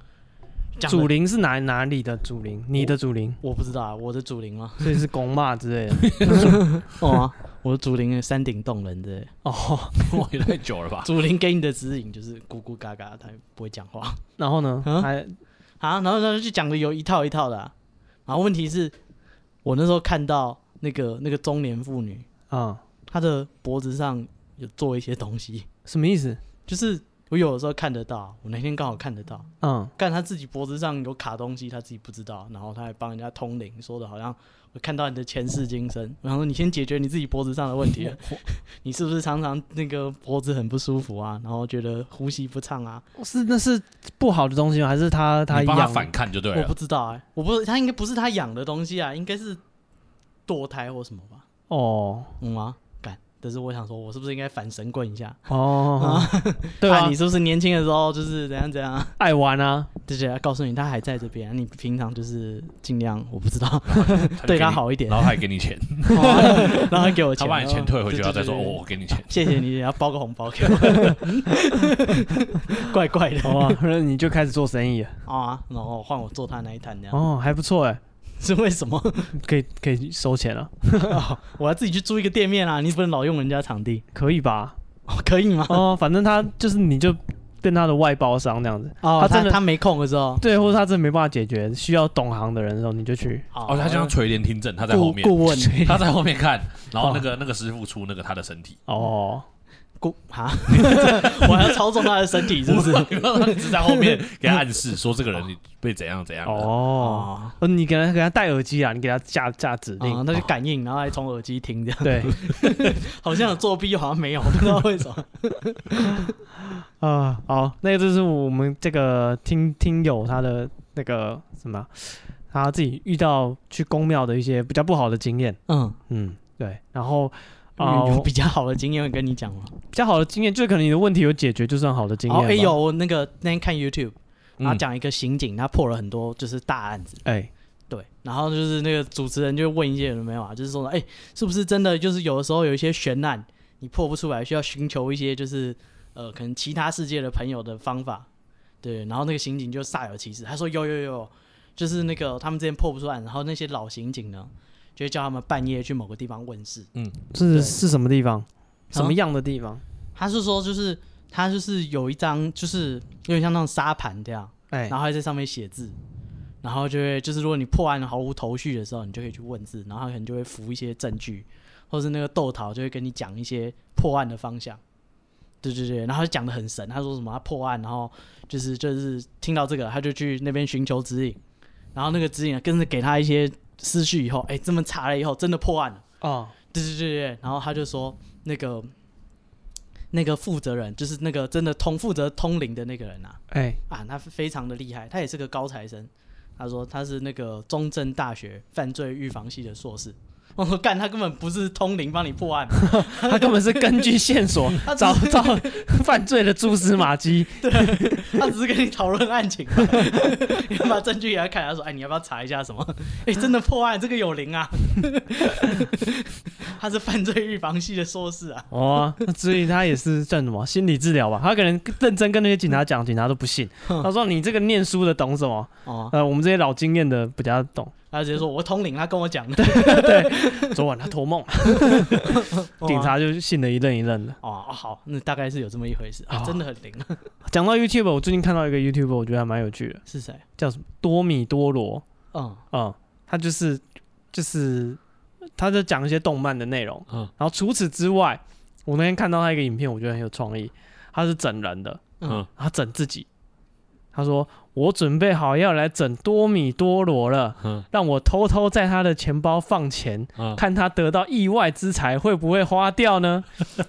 S2: 讲得
S1: 祖灵是哪哪里的祖灵？你的祖 灵，
S2: 我不知道啊，我的祖 灵吗？
S1: 所以是公骂之类的
S2: 哦、啊，我的祖灵是山顶洞人的
S1: 哦。
S3: 我也太 久了吧？
S2: 祖灵给你的指引就是咕咕嘎嘎，他不会讲话
S1: 然后呢，
S2: 啊
S1: 还
S2: 啊。然后他就讲的有一套一套的、啊，然后问题是，我那时候看到那个那个中年妇女，
S1: 啊、
S2: 她的脖子上有做一些东西，
S1: 什么意思？
S2: 就是我有的时候看得到，我那天刚好看得到，
S1: 嗯，
S2: 干他自己脖子上有卡东西，他自己不知道，然后他还帮人家通灵，说的好像我看到你的前世今生，然后你先解决你自己脖子上的问 题，你是不是常常那个脖子很不舒服啊，然后觉得呼吸不畅啊？
S1: 是那是不好的东西吗？还是他他
S3: 你帮他
S1: 养
S3: 反看就对
S1: 啊
S2: 我不
S3: 了。
S2: 知道哎、我不他应该不是他养的东西啊，应该是堕胎或什么吧？
S1: 哦
S2: 嗯啊，干，但是我想说，我是不是应该反神棍一下？
S1: 哦， 对
S2: 看
S1: 啊
S2: 你，是不是年轻的时候就是怎样怎样啊？
S1: 爱玩啊，
S2: 就是要告诉你他还在这边，你平常就是尽量我不知道
S3: 就
S2: 对
S3: 给
S2: 他
S3: 你，
S2: 好一点
S3: 然，后他还给你 钱，
S2: 然后他给我钱，
S3: 他把你钱退回去，
S2: 对
S3: 然后再说哦，
S2: 对对对
S3: 我给你钱。
S2: 谢谢你，然后包个红包给我，怪怪的
S1: 好吧， 那你就开始做生意 了
S3: 哦
S2: 啊，然后换我做他那一摊这样，
S1: 哦，还不错哎，
S2: 是为什么？
S1: 可以可以收钱了，
S2: 我要自己去租一个店面啊，你不能老用人家场地，
S1: 可以吧？
S2: 哦可以吗？
S1: 哦，反正他就是你就变他的外包商这样子，
S2: 哦，
S1: 他
S2: 他
S1: 真的
S2: 他没空的时候，
S1: 对，或者他真的没办法解决，需要懂行的人的时候你就去，
S2: 哦
S3: 哦，他就像垂帘听政，他在后
S2: 顾
S3: 面，
S2: 顾问
S3: 他在后面看，然后 那个那个师傅出那个他的身体，
S1: 哦，
S2: 顾哈， 我还要操纵他的身体是不是？
S3: 然后你只在后面给他暗示说这个人被怎样怎样。哦，
S1: 哦，
S2: 嗯哦，
S1: 哦，你给他给他戴耳机啊，你给他下下指
S2: 啊，
S1: 令，
S3: 哦
S2: 那就感应，然后还从耳机听这样，
S1: 对
S2: 好像有作弊，又好像没有，不知道为什 么。
S1: 啊，好，那个就是我们这个听听友他的那个什么，他自己遇到去公庙的一些比较不好的经验，
S2: 嗯，
S1: 嗯，对，然后啊、
S2: 有
S1: 呃
S2: 比较好的经验会跟你讲吗？
S1: 比较好的经验就是可能你的问题有解决，就算好的经验
S2: 哦，
S1: 吧。
S2: 哎有我那个那天看 YouTube，然后
S3: 嗯
S2: 啊讲一个刑警，他破了很多就是大案子，
S1: 哎，
S2: 对，然后就是那个主持人就问一些人没有啊，就是说，哎，是不是真的就是有的时候有一些悬案你破不出来，需要寻求一些就是呃可能其他世界的朋友的方法，对，然后那个刑警就煞有其事，他说有有有，就是那个他们之前破不出案，然后那些老刑警呢，就会叫他们半夜去某个地方问事，
S1: 是
S2: 对啊
S1: 是什么地方？什么样的地方？
S2: 他是说就是他就是有一张就是有点像那种沙盘这样。
S1: 哎
S2: 然后还在上面写字，然后就会就是如果你破案毫无头绪的时候，你就可以去问字，然后他可能就会浮一些证据，或是那个豆桃就会跟你讲一些破案的方向。对对对，然后他讲的很神，他说什么他破案，然后就是就是听到这个，他就去那边寻求指引，然后那个指引跟着给他一些思绪以后，哎，这么查了以后真的破案了。
S1: 哦
S2: 对对对对，然后他就说那个那个负责人，就是那个真的通负责通灵的那个人啊，
S1: 哎，
S2: 啊，他非常的厉害，他也是个高材生。他说他是那个中正大学犯罪预防系的硕士。我说干，他根本不是通灵帮你破案，
S1: 他根本是根据线 索
S2: 他只
S1: 找
S2: 是
S1: 到犯罪的蛛丝马迹。
S2: 他只是跟你讨论案情嘛，你把证据给他看，他说：“哎，你要不要查一下什么？哎，真的破案，这个有灵啊！”他是犯罪预防系的硕士啊，
S1: 哦，那所以他也是算什么心理治疗吧？他可能认真跟那些警察讲，警察都不信。他说：“你这个念书的懂什么？
S2: 哦，
S1: 呃，我们这些老经验的比较 懂。
S2: 他直接说：“我通灵，他跟我讲的。
S1: 昨晚他托梦，
S2: 哦”
S1: 警察就信得一愣一愣的。
S2: 哦哦好，那大概是有这么一回事啊，
S1: 哦
S2: 真的很灵。
S1: 讲到 YouTube，我最近看到一个 YouTube，我觉得还蛮有趣的，
S2: 是谁？
S1: 叫什么多米多罗。
S2: 嗯，
S1: 嗯，他就是就是他在讲一些动漫的内容。
S3: 嗯
S1: 然后除此之外，我那天看到他一个影片，我觉得很有创意。他是整人的，
S3: 嗯，
S1: 他整自己。他说：“我准备好要来整多米多罗了，
S3: 嗯
S1: 让我偷偷在他的钱包放钱，
S3: 嗯，
S1: 看他得到意外之财会不会花掉 呢？”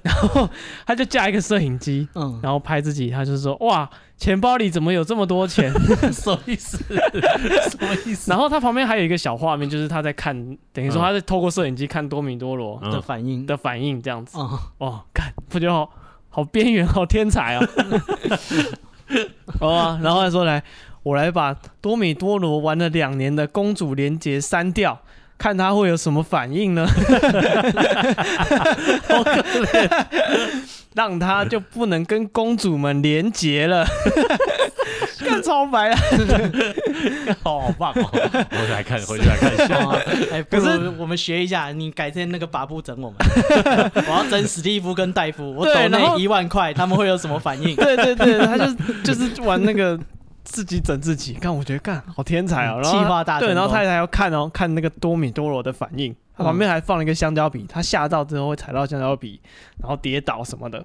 S1: 然后他就架一个摄影机，
S2: 嗯，
S1: 然后拍自己，他就说：“哇，钱包里怎么有这么多钱？”
S2: 嗯
S3: 什么意思？什么意思？
S1: 然后他旁边还有一个小画面，就是他在看，等于说
S3: 嗯
S1: 他在透过摄影机看多米多罗
S2: 的
S3: 嗯
S2: 反应
S1: 的反应，这样子。
S2: 哦，
S1: 哦，看不就好好边缘，好天才 啊！哦啊然后他说来，我来把多米多罗玩了两年的公主连结删掉。看他会有什么反应 呢？好可怜， 让他就不能跟公主们连结 了。看超白啊！
S3: 好棒哦！回去来看，回去来看一下。
S2: 哦哎，不
S1: 可是
S2: 是，我们学一下，你改天那个把 布整我们，我要整史蒂夫跟戴夫，我
S1: 对
S2: 抖
S1: 然
S2: 那
S1: 后
S2: 一万块，他们会有什么反应？
S1: 对对对，他就就是玩那个自己整自己。看，我觉得干好天才 哦、然后
S2: 嗯气
S1: 他
S2: 化大
S1: 对，然后他
S2: 太
S1: 还要看哦，看那个多米多罗的反应。
S2: 嗯
S1: 他旁边还放了一个香蕉皮，他吓到之后会踩到香蕉皮，然后跌倒什 么的。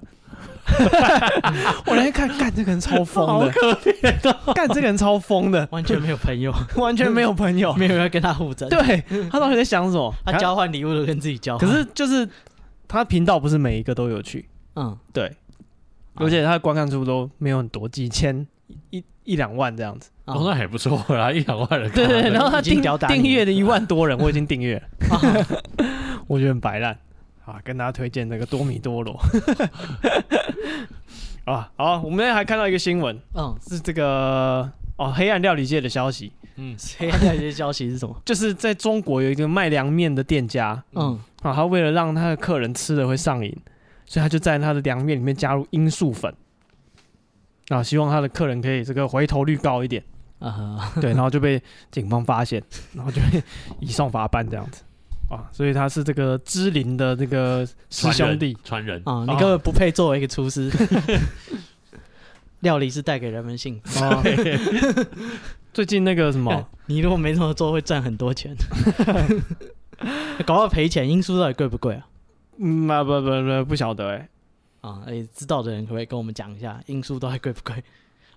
S1: 我来看，干这个人超疯的，可
S2: 哦
S1: 怜、干这个人超疯的，
S2: 完全没 有朋友，
S1: 完全没有朋友。
S2: 没有人跟他互争，
S1: 哦对他到底在想什么？
S2: 嗯他交换礼物都跟自己交
S1: 可
S2: 换。
S1: 是就是他频道不是每一个都有趣，
S2: 嗯，
S1: 对，而且他的观看数都没有很多，几千一一一两万这样子。
S2: 啊
S3: 哦，那还不错啦，一两万人看
S1: 对
S3: 了。
S1: 对，对然后他
S2: 已经
S1: 订
S2: 吊打你
S1: 订
S2: 了
S1: 阅了一万多人，我已经订阅了。
S2: 啊
S1: 我觉得很白烂啊，跟大家推荐那个多米多罗 啊。好，我们还看到一个新闻，
S2: 嗯，
S1: 是这个哦，黑暗料理界的消息，
S3: 嗯，
S2: 黑暗料理的消息是什么？
S1: 就是在中国有一个卖凉面的店家
S2: 嗯，
S1: 啊，他为了让他的客人吃了会上瘾，所以他就在他的凉面里面加入罂粟粉。啊，希望他的客人可以这个回头率高一点，
S2: 啊，
S1: 对，然后就被警方发现，然后就被 移送法办这样子，啊，所以他是这个芝林的这个师
S3: 传
S1: 兄
S3: 人
S1: 弟，
S3: 传人，
S2: 啊，你根本不配作为一个厨师。 料理是带给人们幸福。
S1: 哦， 最近那个什么，
S2: 你如果没这么做，会赚很多钱。 搞不好赔钱，因素到底贵不贵啊？
S1: 嗯啊不不不不晓得哎、
S2: 啊，哎，知道的人可不可以跟我们讲一下，因素到底贵不贵？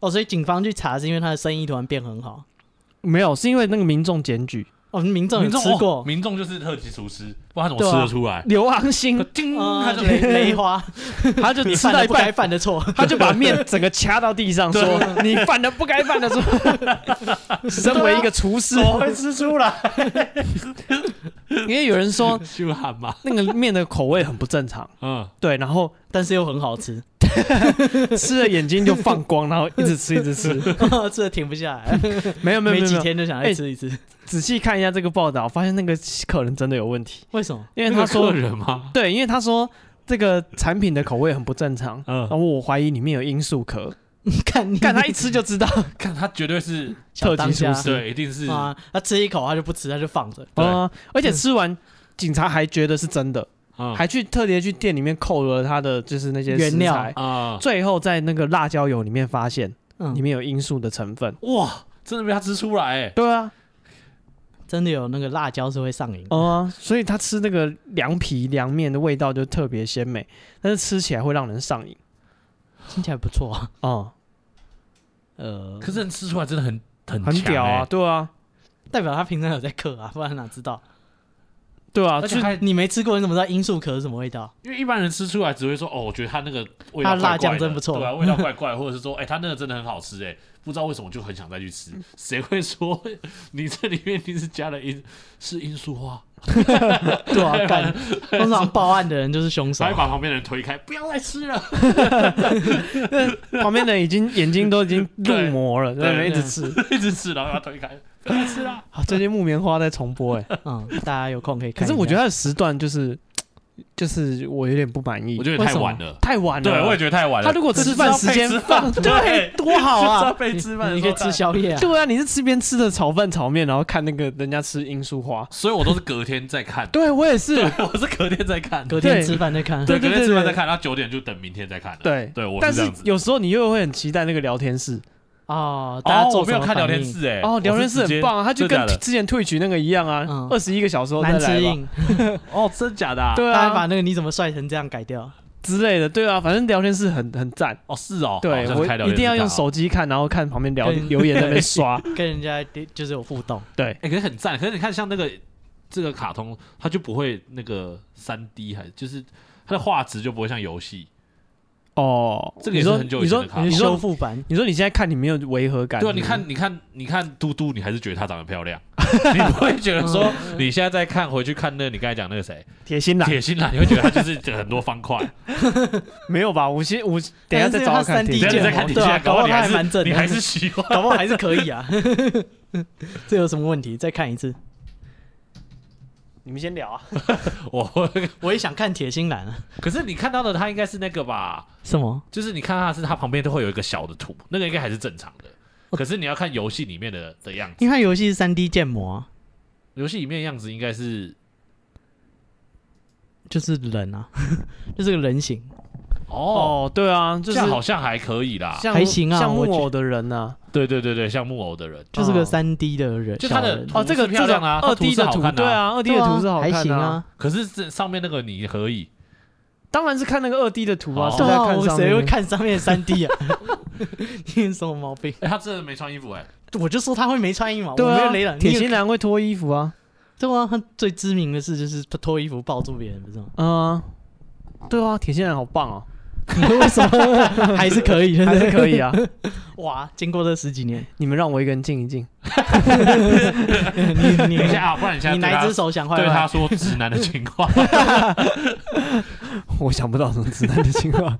S2: 哦，所以警方去查是因为他的生意突然变很好。
S1: 没有，是因为那个民众检举
S2: 哦，民众有
S3: 民众
S2: 吃
S3: 哦
S2: 过，
S3: 民众就是特级厨师，不然他怎么
S1: 对啊
S3: 吃得出来？
S1: 刘昂 星，
S3: 叮，
S2: 啊
S3: 他就 嗯
S2: 梅梅花，
S1: 他就
S2: 你
S1: 吃
S2: 犯
S1: 到
S2: 了
S1: 一
S2: 不该
S1: 半，
S2: 犯的错。
S1: 他就把面整个掐到地上， 说你犯了不该犯的错。身
S2: 啊
S1: 为一个厨师，
S3: 我会吃出来，
S1: 因为有人 说
S3: 就喊嘛。
S1: 那个面的口味很不正常，
S3: 嗯，
S1: 对，然后
S2: 但是又很好吃，
S1: 吃了眼睛就放光，然后一直吃一直吃，
S2: 吃的停不下来，
S1: 没有没有没
S2: 没
S1: 有没
S2: 几
S1: 有，
S2: 天就想再吃一次。
S1: 仔细看一下这个报道，发现那个客人真的有问题，
S2: 为什么？
S1: 因
S3: 因
S1: 为他说
S3: 客人吗？
S1: 对，因为他说这个产品的口味很不正常，
S3: 嗯
S1: 然，后我怀疑里面有罂粟壳，
S2: 看你
S1: 看他一吃就知道。
S3: 看他绝对是，
S2: 小
S1: 特级
S2: 当家
S1: 厨师
S3: 对，一定是
S2: 啊，他吃一口他就不吃，他就放着。
S3: 对
S1: 啊，而且吃完，警察还觉得是真的，
S3: 嗯
S1: 还去特别去店里面扣了他的就是那些
S2: 原
S1: 食
S2: 料
S1: 材，
S3: 啊，
S1: 最后在那个辣椒油里面发现里
S2: 嗯，
S1: 面有罂粟的成分。
S3: 哇，真的被他吃出来哎。
S1: 对啊，
S2: 真的有那个辣椒是会上瘾。
S1: 哦、啊，所以他吃那个凉皮凉面的味道就特别鲜美，但是吃起来会让人上瘾。
S2: 听起来不错啊。
S1: 哦、
S2: 呃，
S3: 可是人吃出来真的很很
S1: 很
S3: 强
S1: 屌啊，
S3: 哎
S1: 对啊，
S2: 呃 代表他平常有在嗑啊，不然哪知道？
S1: 对啊，
S2: 而
S1: 就
S2: 且
S1: 是
S2: 还你没吃过，你怎么知道罂粟壳是什么味道？
S3: 因为一般人吃出来只会说哦，我觉得它那个味
S2: 它
S3: 道怪怪的
S2: 辣酱真不错
S3: 对啊，味道怪怪，或者是说哎、它那个真的很好吃哎、不知道为什么就很想再去吃。
S1: 嗯
S3: 谁会说你这里面你是加了罂是罂粟花？
S2: 对啊， 干，通常报案的人就是凶手啊
S3: 才。把旁边的人推开，不要再吃了。
S1: 旁边的人已经眼睛都已经入魔了，
S3: 对
S1: 在那边一
S2: 对
S1: 直吃。
S3: 一直吃，然后把它推开，不要再吃了。
S1: 啊最近木棉花在重播哎、
S2: 嗯，大家有空可以看
S1: 可
S2: 一下。
S1: 是我觉得它的时段就是，就是我有点不满意，
S3: 我觉得 太
S1: 为什么
S3: 晚了
S1: 太晚了。
S3: 对，我也觉得太晚了。
S1: 他如果吃饭时间
S3: 这是要配吃饭
S1: 对，多好
S3: 是要
S1: 啊！
S3: 被吃饭的
S2: 你
S3: 时
S2: 可
S3: 候
S2: 以吃
S3: 看
S2: 宵夜啊。
S1: 对啊，你是吃边吃着炒饭炒面，然后看那个人家吃罂粟花。。
S3: 所以我都是隔天再看
S1: 对我也是
S3: 对，，我是隔天再看，
S2: 隔天
S1: 对
S2: 吃饭再看。
S1: 对
S3: 隔天吃完再看，然后九点就等明天再看了。
S1: 对
S3: 对，我
S1: 但
S3: 这
S1: 是
S3: 样子。
S1: 有时候你又会很期待那个聊天室
S2: 哦，大
S3: 哦
S2: 家，
S3: 我
S2: 做
S3: 没
S2: 什
S3: 有
S2: 么
S3: 看聊
S2: 反
S3: 天
S2: 应
S3: 室哎。
S1: 哦，
S3: 我
S1: 聊
S3: 是
S1: 天室
S3: 直接
S1: 很棒啊，它就
S3: 真
S1: 跟
S3: 的假的
S1: 之前退群那个一样啊
S2: 嗯，
S1: 二十一个小时后再
S2: 难
S1: 来
S2: 吃
S1: 吧。
S2: 硬，
S3: 哦，真假的啊？
S1: 对
S2: 大家把
S1: 啊，
S2: 那个你怎么帅成这样改掉？
S1: 之类的，对啊，反正聊天室很很赞。
S3: 哦，是哦，
S1: 对
S3: 好像
S1: 我
S3: 是开聊天室
S1: 一定要
S3: 看
S1: 用
S3: 啊。
S1: 手机看，然后看旁边聊
S2: 对
S1: 留言在那边 刷。
S2: 跟人家就是有互动。
S1: 对，
S3: 哎，可是很赞。可是你看，像那个这个卡通，它就不会那个三 D，还就是它的画质就不会像游戏。
S1: 哦，
S3: 这个也
S1: 你
S3: 是
S1: 说
S3: 很久
S1: 你
S3: 以前
S1: 说
S3: 的卡
S1: 你
S2: 你
S1: 说
S2: 修 复版，
S1: 你说你现在看你没有违和感，
S3: 对啊，你看，你看，你看嘟嘟，你还是觉得她长得漂亮， 你不会觉得说 你现在再看回去看那个你刚才讲那个谁
S1: 铁心啊啦，
S3: 铁心啦，你会觉得她就是 很多方块。
S1: 没有吧？五星五，等一下再找
S2: 但
S1: 我
S2: 是因为它
S1: 看
S2: 三 D
S1: 铁
S3: 等一
S1: 心
S3: 下
S2: 建
S3: 你
S2: 模
S3: 再看底
S2: 对啊
S3: 下，搞不好你
S2: 搞不好它
S3: 还
S2: 还蛮
S3: 是
S2: 正的
S3: 你还是喜欢。
S2: 搞不好还是可以啊。 这有什么问题？再看一次。
S1: 你们先聊啊。
S3: 我
S2: 我也想看铁心兰啊。
S3: 可是你看到的她应该是那个吧？
S2: 什么？
S3: 就是你看她是她旁边都会有一个小的图，那个应该还是正常的。可是你要看游戏里面的的样子，
S2: 因为它游戏是三 D 建模啊，
S3: 游戏里面的样子应该是
S2: 就是人啊， 就是个人形。
S3: 哦，
S1: 哦，对啊，
S3: 这
S1: 就是
S3: 样好像还可以啦。
S1: 像
S2: 还行啊
S1: 像木
S2: 我觉
S1: 偶的人啊呢。
S3: 对对对对，像木偶的人，
S2: 就是个
S1: 哦
S2: 三 D 的人，
S3: 就它的
S2: 小人
S3: 图
S1: 哦，这个
S3: 是漂亮啊
S1: 这种二
S3: 它图
S1: D
S3: 是
S1: 的
S3: 好
S1: 图，
S3: 看的
S1: 对啊，二 D 的图是好
S2: 对啊还
S1: 看
S2: 行
S1: 的。
S2: 啊。
S3: 可是这上面那个你可以，
S1: 当然是看那个二 D 的图啊，
S3: 哦
S1: 谁
S2: 对
S1: 在
S2: 啊，
S1: 看
S2: 我
S1: 上
S2: 谁会
S1: 面？
S2: 看上面三 D 啊？你有什么毛病？
S3: 哎、他真的没穿衣服哎、
S2: 我就说他会没穿衣服嘛，
S1: 对
S2: 我没有
S1: 啊
S2: 雷了。，
S1: 铁
S2: 你有
S1: 心兰会脱衣服啊，
S2: 对啊，他最知名的事就是他脱衣服抱住别人，不是吗？
S1: 嗯，对啊，铁心兰好棒哦，
S2: 为什么 还是可以？
S1: 还是可以
S2: 啊！
S1: 啊。
S2: 哇，经过这十几 年，
S1: 你们让我一个人静一静。
S2: 你你
S3: 等一下啊，不然你现在
S2: 你哪
S3: 对
S2: 一
S3: 他
S2: 只手想坏
S3: 对
S2: 坏？
S3: 他说直男的情 况，
S1: 我想不到什么直男的情况。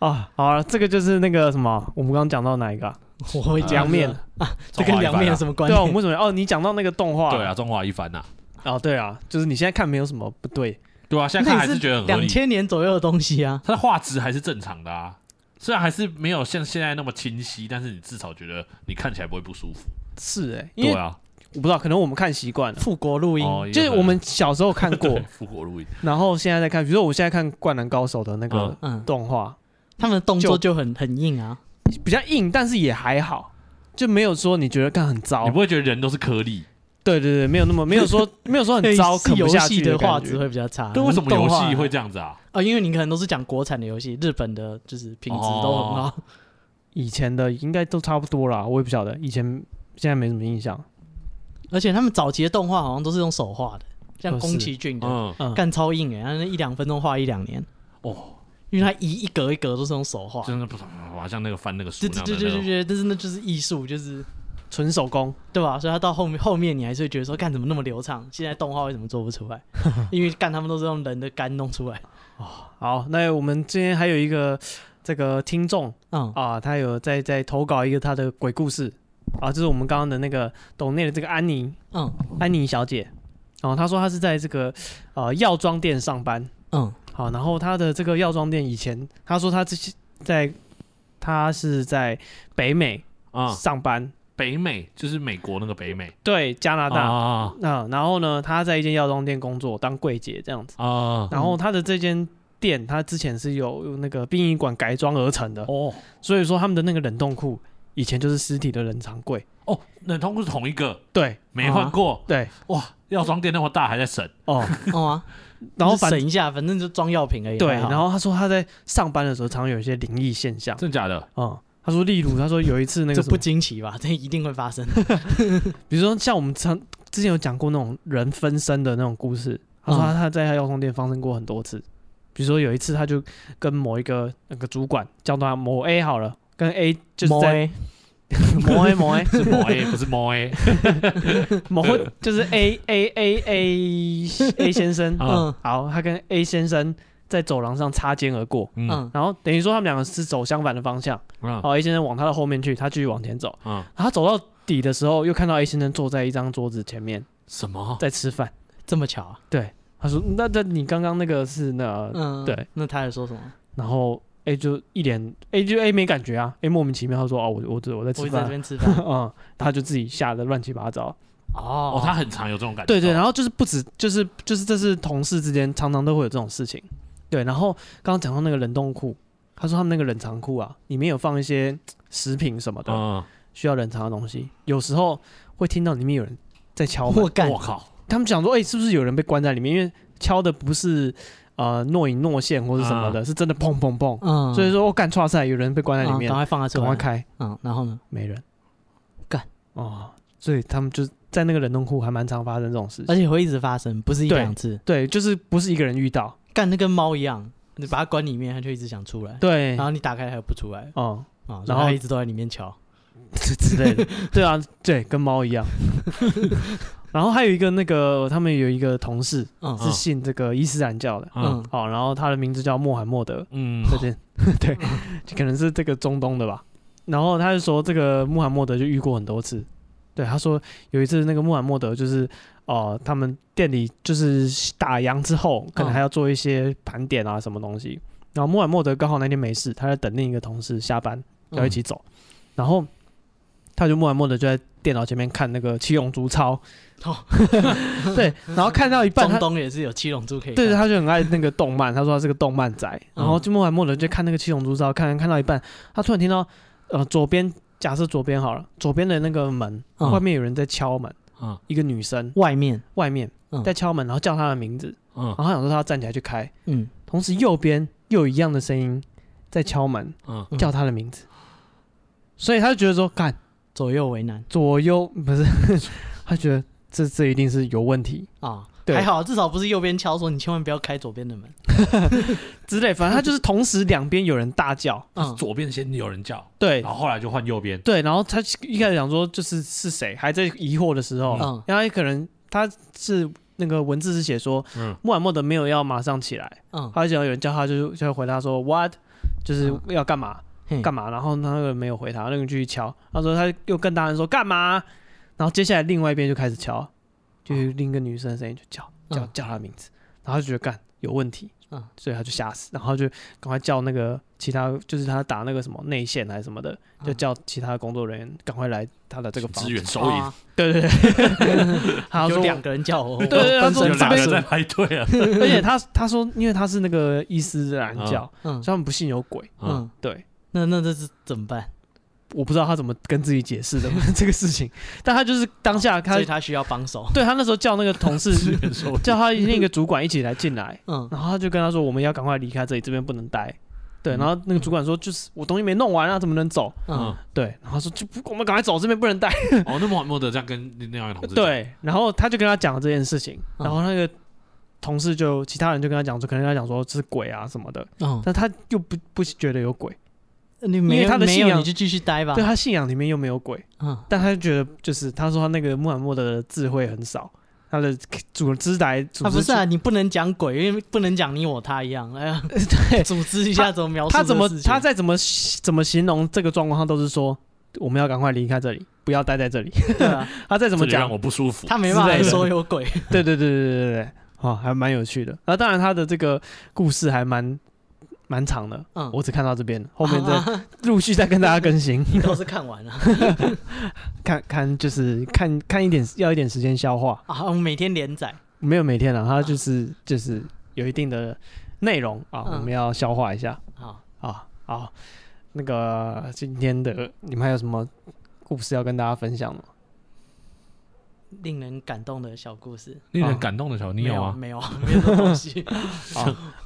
S1: 啊，好了，这个就是那个什么，我们刚刚讲到哪一个啊、
S2: 我会
S1: 凉面，
S2: 啊这跟凉面有什么关
S1: 对
S2: 系
S1: 啊，我？们为什么哦？你讲到那个动画，
S3: 对啊，中华一番呐、
S1: 哦，对啊，就是你现在看没有什么不对，
S3: 对啊，现在看还是觉得很合
S2: 两
S3: 理，
S2: 千年左右的东西啊，
S3: 它的画质还是正常的啊，虽然还是没有像现在那么清晰，但是你至少觉得你看起来不会不舒服，
S1: 是哎、因
S3: 对
S1: 为
S3: 啊，
S1: 我不知道，可能我们看习惯了，
S2: 复国录音，
S3: 哦也
S1: 就是
S3: 有可能
S1: 我们小时候看过
S3: 对，复活录音，
S1: 然后现在在看，比如说我现在看《灌篮高手》的那个
S2: 嗯，
S1: 动画，
S2: 他们的动作就很很硬啊，
S1: 比较硬，但是也还好，就没有说你觉得看很糟
S3: 你不，会觉得人都是颗粒？
S1: 对对对，没有那 么没有说没有说很
S2: 对
S1: 糟，
S2: 是
S1: 啃不
S2: 游
S1: 下
S2: 戏
S1: 去
S2: 的
S1: 感
S2: 画
S1: 觉
S2: 质会比较差。
S3: 对，为什么游戏会
S2: 啊
S3: 这样子啊？？
S2: 哦因为你可能都是讲国产的游戏，日本的就是品质都很高。
S1: 以前的应该都差不多啦，我也不晓得，以前现在没什么印象。
S2: 而且他们早期的动画好像都是用手画的，像
S1: 哦
S2: 宫
S1: 是
S2: 崎骏的，
S3: 嗯，
S1: 嗯，
S2: 干超硬哎、他那一两分钟画一两年，
S3: 哦，
S2: 因为他一一格一格都是用手画，
S3: 真的不好像那个翻那个书
S2: 对
S3: 那
S2: 对
S3: 样的
S2: 对
S3: 那
S2: 对对
S3: 种
S2: 对，但是那就是艺术，就是
S1: 纯手工，
S2: 对吧？所以他到后面后面你还是会觉得说，干怎么那么流畅？现在动画为什么做不出来？ 因为干他们都是用人的肝弄出来，
S1: 好，那我们今天还有一个这个听众
S2: 嗯，
S1: 啊，他有在在投稿一个他的鬼故事啊，就是我们刚刚的那个懂内的这个安妮
S2: 嗯
S1: 安妮小姐哦、她说她是在这个呃药妆店上班，
S2: 嗯
S1: 好、然后她的这个药妆店以前她说她之前在她是在北美
S3: 啊、
S1: 上班，
S3: 北美就是美国那个北美
S1: 对加拿
S2: 哦
S1: 大。
S3: 啊
S1: 那、然后呢，她在一间药妆店工作，当柜姐这样子。
S3: 啊
S1: 然
S2: 嗯
S1: 后她的这间店，她之前是有有那个殡仪馆改装而成的，
S3: 哦
S1: 所以说他们的那个冷冻库以前就是尸体的冷藏柜。
S3: 哦，冷通库是同一个，
S1: 对
S3: 没换过。
S1: 对
S3: 哇，药妆店那么大还在省，
S1: 哦，
S2: 哦啊，
S1: 然后
S2: 就是
S1: 反
S2: 省一下，反正就装药品而已。
S1: 对，
S2: 还好
S1: 然后他说他在上班的时候常有一些灵异现象。
S3: 真假的？
S1: 嗯，他说例如他说有一次那个
S2: 这
S1: 什么
S2: 不惊奇吧？这一定会发生。
S1: 比如说像我们常之前有讲过那种人分身的那种故事，他说他
S2: 嗯
S1: 他在他药妆店发生过很多次，比如说有一次他就跟某一个那个主管叫他某 A 好了，跟 A 就是
S2: 摸
S1: 在
S2: A
S1: 某 A 某 A
S3: 是某 A 不是某 A
S1: 某就是 A A A A A 先生，
S3: 啊
S2: 嗯
S1: 好，他跟 A 先生在走廊上擦肩而过，
S3: 嗯
S2: 嗯
S1: 然后等于说他们两个是走相反的方向，
S3: 啊
S1: 好，A 先生往他的后面去，他继续往前走，
S3: 啊
S1: 然后他走到底的时候，又看到 A 先生坐在一张桌子前面
S3: 什么？
S1: 在吃饭，
S2: 这么巧啊？
S1: 对，他说那那你刚刚那个是那
S2: 嗯，
S1: 呃对。
S2: 那他有说什么？
S1: 然后 A 就一脸 A 就 A 没感觉啊，A 莫名其妙他说哦我我我在
S2: 我
S1: 吃
S2: 一直
S1: 饭
S2: 在这
S1: 啊，
S2: 边 吃饭。
S1: 嗯，他就自己吓得乱七八糟。
S2: 哦
S3: 哦，他很常有这种感觉。
S1: 对对，然
S3: 后
S1: 后就是不止就是就是这是同事之间常常都会有这种事情。对，然后刚刚讲到那个冷冻库，他说他们那个冷藏库啊，里面有放一些食品什么的，
S3: 嗯，
S1: 需要冷藏的东西，有时候会听到里面有人在敲门
S2: 我，干
S3: 我靠，
S1: 他们讲说，哎、是不是有人被关在里面？因为敲的不是呃诺影诺线或是什
S2: 啊
S1: 么的，是真的砰砰砰。
S2: 嗯，
S1: 所以说我哦干错赛，有人被关在
S2: 嗯
S1: 里面
S2: 赶，快放他出
S1: 赶、快
S2: 来。
S1: 开，
S2: 嗯，然后呢？
S1: 没人。
S2: 干
S1: 哦，所以他们就在那个冷冻库还蛮常发生这种事
S2: 而
S1: 情。
S2: 且会一直发生，不是一
S1: 对
S2: 两次。
S1: 对，就是不是一个人遇到，
S2: 干，那跟猫一样，你把它关里面，它就一直想出来。
S1: 对
S2: 然，后你打开它又不出来
S1: 哦、
S2: 啊，
S1: 然
S2: 然
S1: 后
S2: 后一直都在里面瞧。
S1: 之类 的，对啊，对，跟猫一样。然后还有一个那个，他们有一个同事
S2: 嗯
S1: 是信这个伊斯兰教的，
S3: 嗯
S2: 嗯
S1: 好、然后他的名字叫穆罕默德，
S3: 嗯
S1: 这件 对，就可能是这个中东的吧。然后他就说，这个穆罕默德就遇过很多次。对，他说有一次那个穆罕默德就是，哦、他们店里就是打烊之后，可
S2: 嗯
S1: 能还要做一些盘点啊什么东西。然后穆罕默德刚好那天没事，他在等另一个同事下班要一
S2: 嗯
S1: 起走，然后他就穆罕默德就在电脑前面看那个《七龙珠超》
S2: 哦
S1: 对，然后看到一半，
S2: 中
S1: 他
S2: 东也是有七龙珠可以看。嗯
S1: 对，他就很爱那个动漫，他说他是个动漫 宅，然后就穆罕默德就看那个《七龙珠》之后，看看看到一半，他突然听到呃左边，假设左边好了，左边的那个门、
S2: 嗯
S1: 外面有人在敲门，
S3: 嗯
S1: 一个女生
S2: 外面，
S1: 外面
S2: 嗯
S1: 在敲门，然后叫他的名字，
S3: 嗯
S1: 然后他想说他要站起来去开，
S2: 嗯，
S1: 同时右边又有一样的声音在敲门
S3: 嗯，
S2: 嗯
S1: 叫他的名字，所以他就觉得说，干
S2: 左右为难
S1: 左右不是， 他觉得这这一定是有问题，
S2: 啊。
S1: 对
S2: 还好至少不是右边敲说你千万不要开左边的门。
S1: 之类，反正他就是同时两边有人大叫，哦
S2: 嗯，
S3: 左边先有人叫，
S1: 对
S3: 然，后后来就换右边。
S1: 对，然后他一开始想说就是是谁，还在疑惑的时候，
S2: 嗯
S1: 然后他可能他是那个文字是写说
S3: 嗯
S1: 穆罕默德没有要马上起来，
S2: 嗯，
S1: 他想有人叫他就就回答说 what，就是要干嘛、
S2: 嘿
S1: 干嘛，然后那个人没有回答，那个人继续敲，他说他又更大声说干嘛，然后接下来另外一边就开始敲，就是另一个女生的声音就叫叫
S2: 嗯
S1: 叫他的名字，然后他就觉得干有问题。
S2: 嗯
S1: 所以他就吓死，然后就赶快叫那个其他，就是他打那个什么内线还是什么的，就
S2: 嗯
S1: 叫其他的工作人员赶快来他的这个房
S3: 支
S1: 间。
S3: 援收银，
S2: 啊
S1: 对对对，他
S2: 有
S1: 说，
S2: 两个人叫我，
S1: 对对他
S2: 分
S1: 说
S3: 有
S2: 身
S1: 这
S3: 哦
S2: 乏
S3: 两个
S1: 边
S3: 人
S2: 术
S3: 在。排队啊。
S1: 而且他他说，因为他是那个伊斯兰
S3: 嗯
S1: 教，
S2: 嗯
S1: 所以他们不信有鬼。
S3: 嗯
S2: 嗯，
S1: 对，
S2: 那那这是怎么办？
S1: 我不知道他怎么跟自己解释的 这个事情，但他就是当下他
S2: 所以他需要帮手。
S1: 对他那时候叫那个同 事，
S3: 支援收银，
S1: 叫他那个主管一起来进来，
S2: 嗯
S1: 然后他就跟他说，我们要赶快离开这里，这边不能待。对，然后那个主管说，就是我东西没弄完啊，怎么能走？
S2: 嗯
S3: 嗯，
S1: 对，然后他说就不，我们赶快走，这边不能 待。
S3: 哦，那穆罕默德这样跟另外一个同志讲，
S1: 对，然后他就跟他讲了这件事情，
S2: 嗯
S1: 然后那个同事就其他人就跟他讲说，可能跟他讲说这是鬼啊什么的，
S2: 嗯，
S1: 但他又不不觉得有鬼，
S2: 你没
S1: 因为
S2: 有
S1: 他的
S2: 没
S1: 信
S2: 有
S1: 仰
S2: 你就继续待吧
S1: 对。啊他信仰里面又没有鬼，
S2: 嗯
S1: 但他就觉得就是他说他那个穆罕默德的智慧很少，他的组织来组织、
S2: 啊，不是啊，你不能讲鬼，因为不能讲你我他一样。哎呀，
S1: 对
S2: 组织一下怎么描述
S1: 他怎么
S2: 这个事情
S1: 他再怎么怎么形容这个状况，他都是说我们要赶快离开这里，不要待在这里。
S2: 对啊
S1: 他再怎
S3: 这
S1: 么
S3: 里
S1: 讲
S3: 让，我不舒服。
S2: 他没办
S1: 之类
S2: 法
S1: 的
S2: 说有鬼。
S1: 对对对对对对对，哦，还蛮有趣的。那当然，他的这个故事还蛮蛮长的，
S2: 嗯，
S1: 我只看到这边，后面再
S2: 啊
S1: 陆续再跟大家更新，
S2: 你都是看完了
S1: 看看就是看看一点，要一点时间消化。
S2: 啊，我们每天连载。
S1: 没有每天了，它就是就是有一定的内容啊，我
S2: 嗯
S1: 们要消化一下
S2: 好，
S1: 啊。好，那个今天的你们还有什么故事要跟大家分享吗？
S2: 令人感动的小故事。
S3: 令人感动的时候，你有啊吗？
S2: 没有，啊 没有这种东西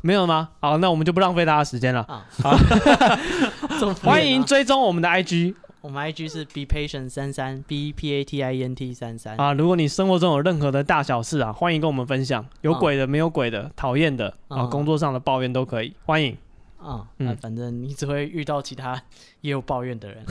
S1: 没有吗？ 好，那我们就不浪费大家时间了。
S2: 啊。
S1: 好，
S2: 这么敷衍啊
S1: 欢迎追踪我们的 IG
S2: 我们 IG 是 be patient 三三 b p a t i e n t 三三。
S3: 哎
S1: 啊，如果你生活中有任何的大小事啊，欢迎跟我们分享，有
S3: 啊
S2: 嗯
S1: 鬼的、没有鬼的、讨厌的啊，
S2: 嗯
S1: 工作上的抱怨都可以，欢迎。
S2: 啊，
S1: 嗯
S2: 那反正你只会遇到其他也有抱怨的人。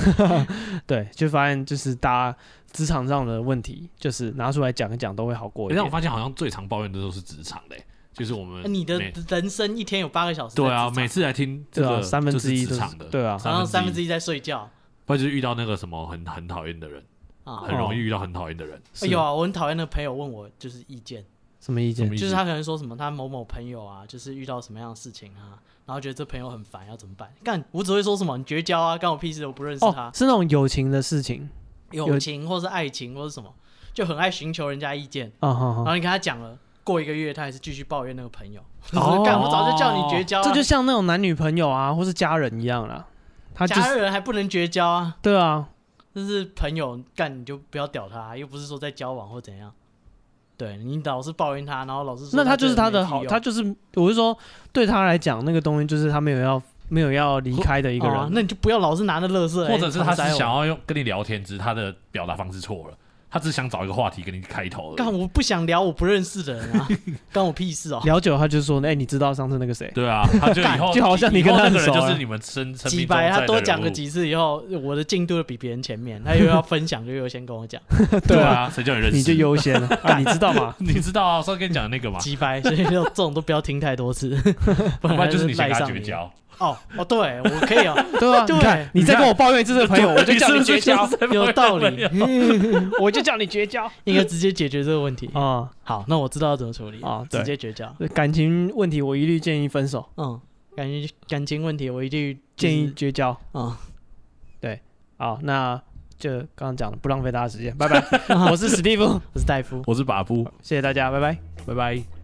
S1: 对，就发现就是大家职场上的问题，就是拿出来讲一讲都会好过一
S3: 让我
S1: 点。
S3: 发现好像最常抱怨的都是职场嘞、就是我们
S2: 你的
S3: 每
S2: 人生一天有八个小时在职
S3: 嗯对
S2: 场，
S3: 啊，每次来听这
S1: 对啊
S3: 个
S1: 三分
S3: 就
S1: 之一
S3: 是
S1: 都
S3: 职
S1: 是
S3: 场的，
S1: 对啊
S2: 然后三分之
S3: 一，
S2: 一在睡觉
S3: 不然就是遇到那个什么很很讨厌的人，
S2: 啊。
S3: 很容易遇到很讨厌的人。
S1: 是
S2: 哎有啊，我很讨厌那个朋友问我就是意见，
S1: 什么意
S3: 什
S1: 见
S3: 么意？
S2: 就
S3: 思
S2: 是他可能说什么他某某朋友啊，就是遇到什么样的事情啊，然后觉得这朋友很烦，要怎么办？干，我只会说什么你绝交啊，干我屁事，我不认识
S1: 哦
S2: 他，。
S1: 是那种友情的事情
S2: 友情或是爱情或是什么，就很爱寻求人家意见。
S1: 啊，哈
S2: 然
S1: 哈。
S2: 后你跟他讲了，过一个月他还是继续抱怨那个朋友，
S1: 哦
S2: 干我早就叫你绝交啊，
S1: 这就像那种男女朋友啊，或是家人一样啦。他就
S2: 家
S1: 是
S2: 人还不能绝交啊，
S1: 对啊，
S2: 就是朋友干你就不要屌他，啊又不是说在交往或怎样。对你老是抱怨他，然后老是说
S1: 那他
S2: 这
S1: 就是
S2: 个
S1: 他
S2: 人
S1: 的
S2: 没屁
S1: 好，
S2: 用
S1: 他就是我是说，对他来讲，那个东西就是他没有要没有要离开的一个
S2: 哦啊
S1: 人。
S2: 那你就不要老是拿着乐色，
S3: 或者是他
S2: 哎
S3: 是想要用跟你聊天，只是他的表达方式错了，他只是想找一个话题跟你开头而
S2: 干
S3: 已。
S2: 我不想聊我不认识的人啊， 干我屁事 哦。
S1: 聊久了他就说，哎，你知道上次那个谁？
S3: 对啊，他就以后
S1: 就好像你
S3: 以后
S1: 跟他
S3: 那
S1: 很
S3: 个人
S1: 熟啊
S3: 就是
S1: 了
S3: 你们生生
S2: 几
S3: 命中
S2: 百，
S3: 在
S2: 他
S3: 的
S2: 多
S3: 人
S2: 讲个
S3: 物
S2: 几次以后，我的进度就比别人前面。他又要分享，就又先跟我讲
S3: 对
S1: 对
S3: 啊，谁叫你认识？
S1: 你就优先了啊，你知道吗？
S3: 你知道啊，我上次跟你讲的那个嘛，
S2: 几百，所以就这种都不要听太多 次， 不
S3: 不
S2: 然
S3: 然就是是你先
S2: 赖
S3: 跟他
S2: 上
S3: 绝
S2: 你。
S3: 交，
S2: 哦哦，对我可 以哦，
S1: 对啊，
S2: 对
S1: 你看你再跟我抱怨一次这个朋友，我就叫你绝 交，
S2: 有道理，
S1: 我就叫你绝交
S2: 应该直接解决这个问 题。
S1: 啊！
S2: 好，那我知道要怎么处理
S1: 哦对
S2: 直接绝交。
S1: 这感情问题我一律建议分手，
S2: 嗯，感情感情问题我一律
S1: 建议绝交。
S3: 哦
S2: 啊，
S1: 好，那就刚刚讲的，不浪费大家时间，拜拜。我是史蒂夫，
S2: 我是戴夫。
S3: 我是把布，
S1: 谢谢大家，拜拜。
S3: 拜拜。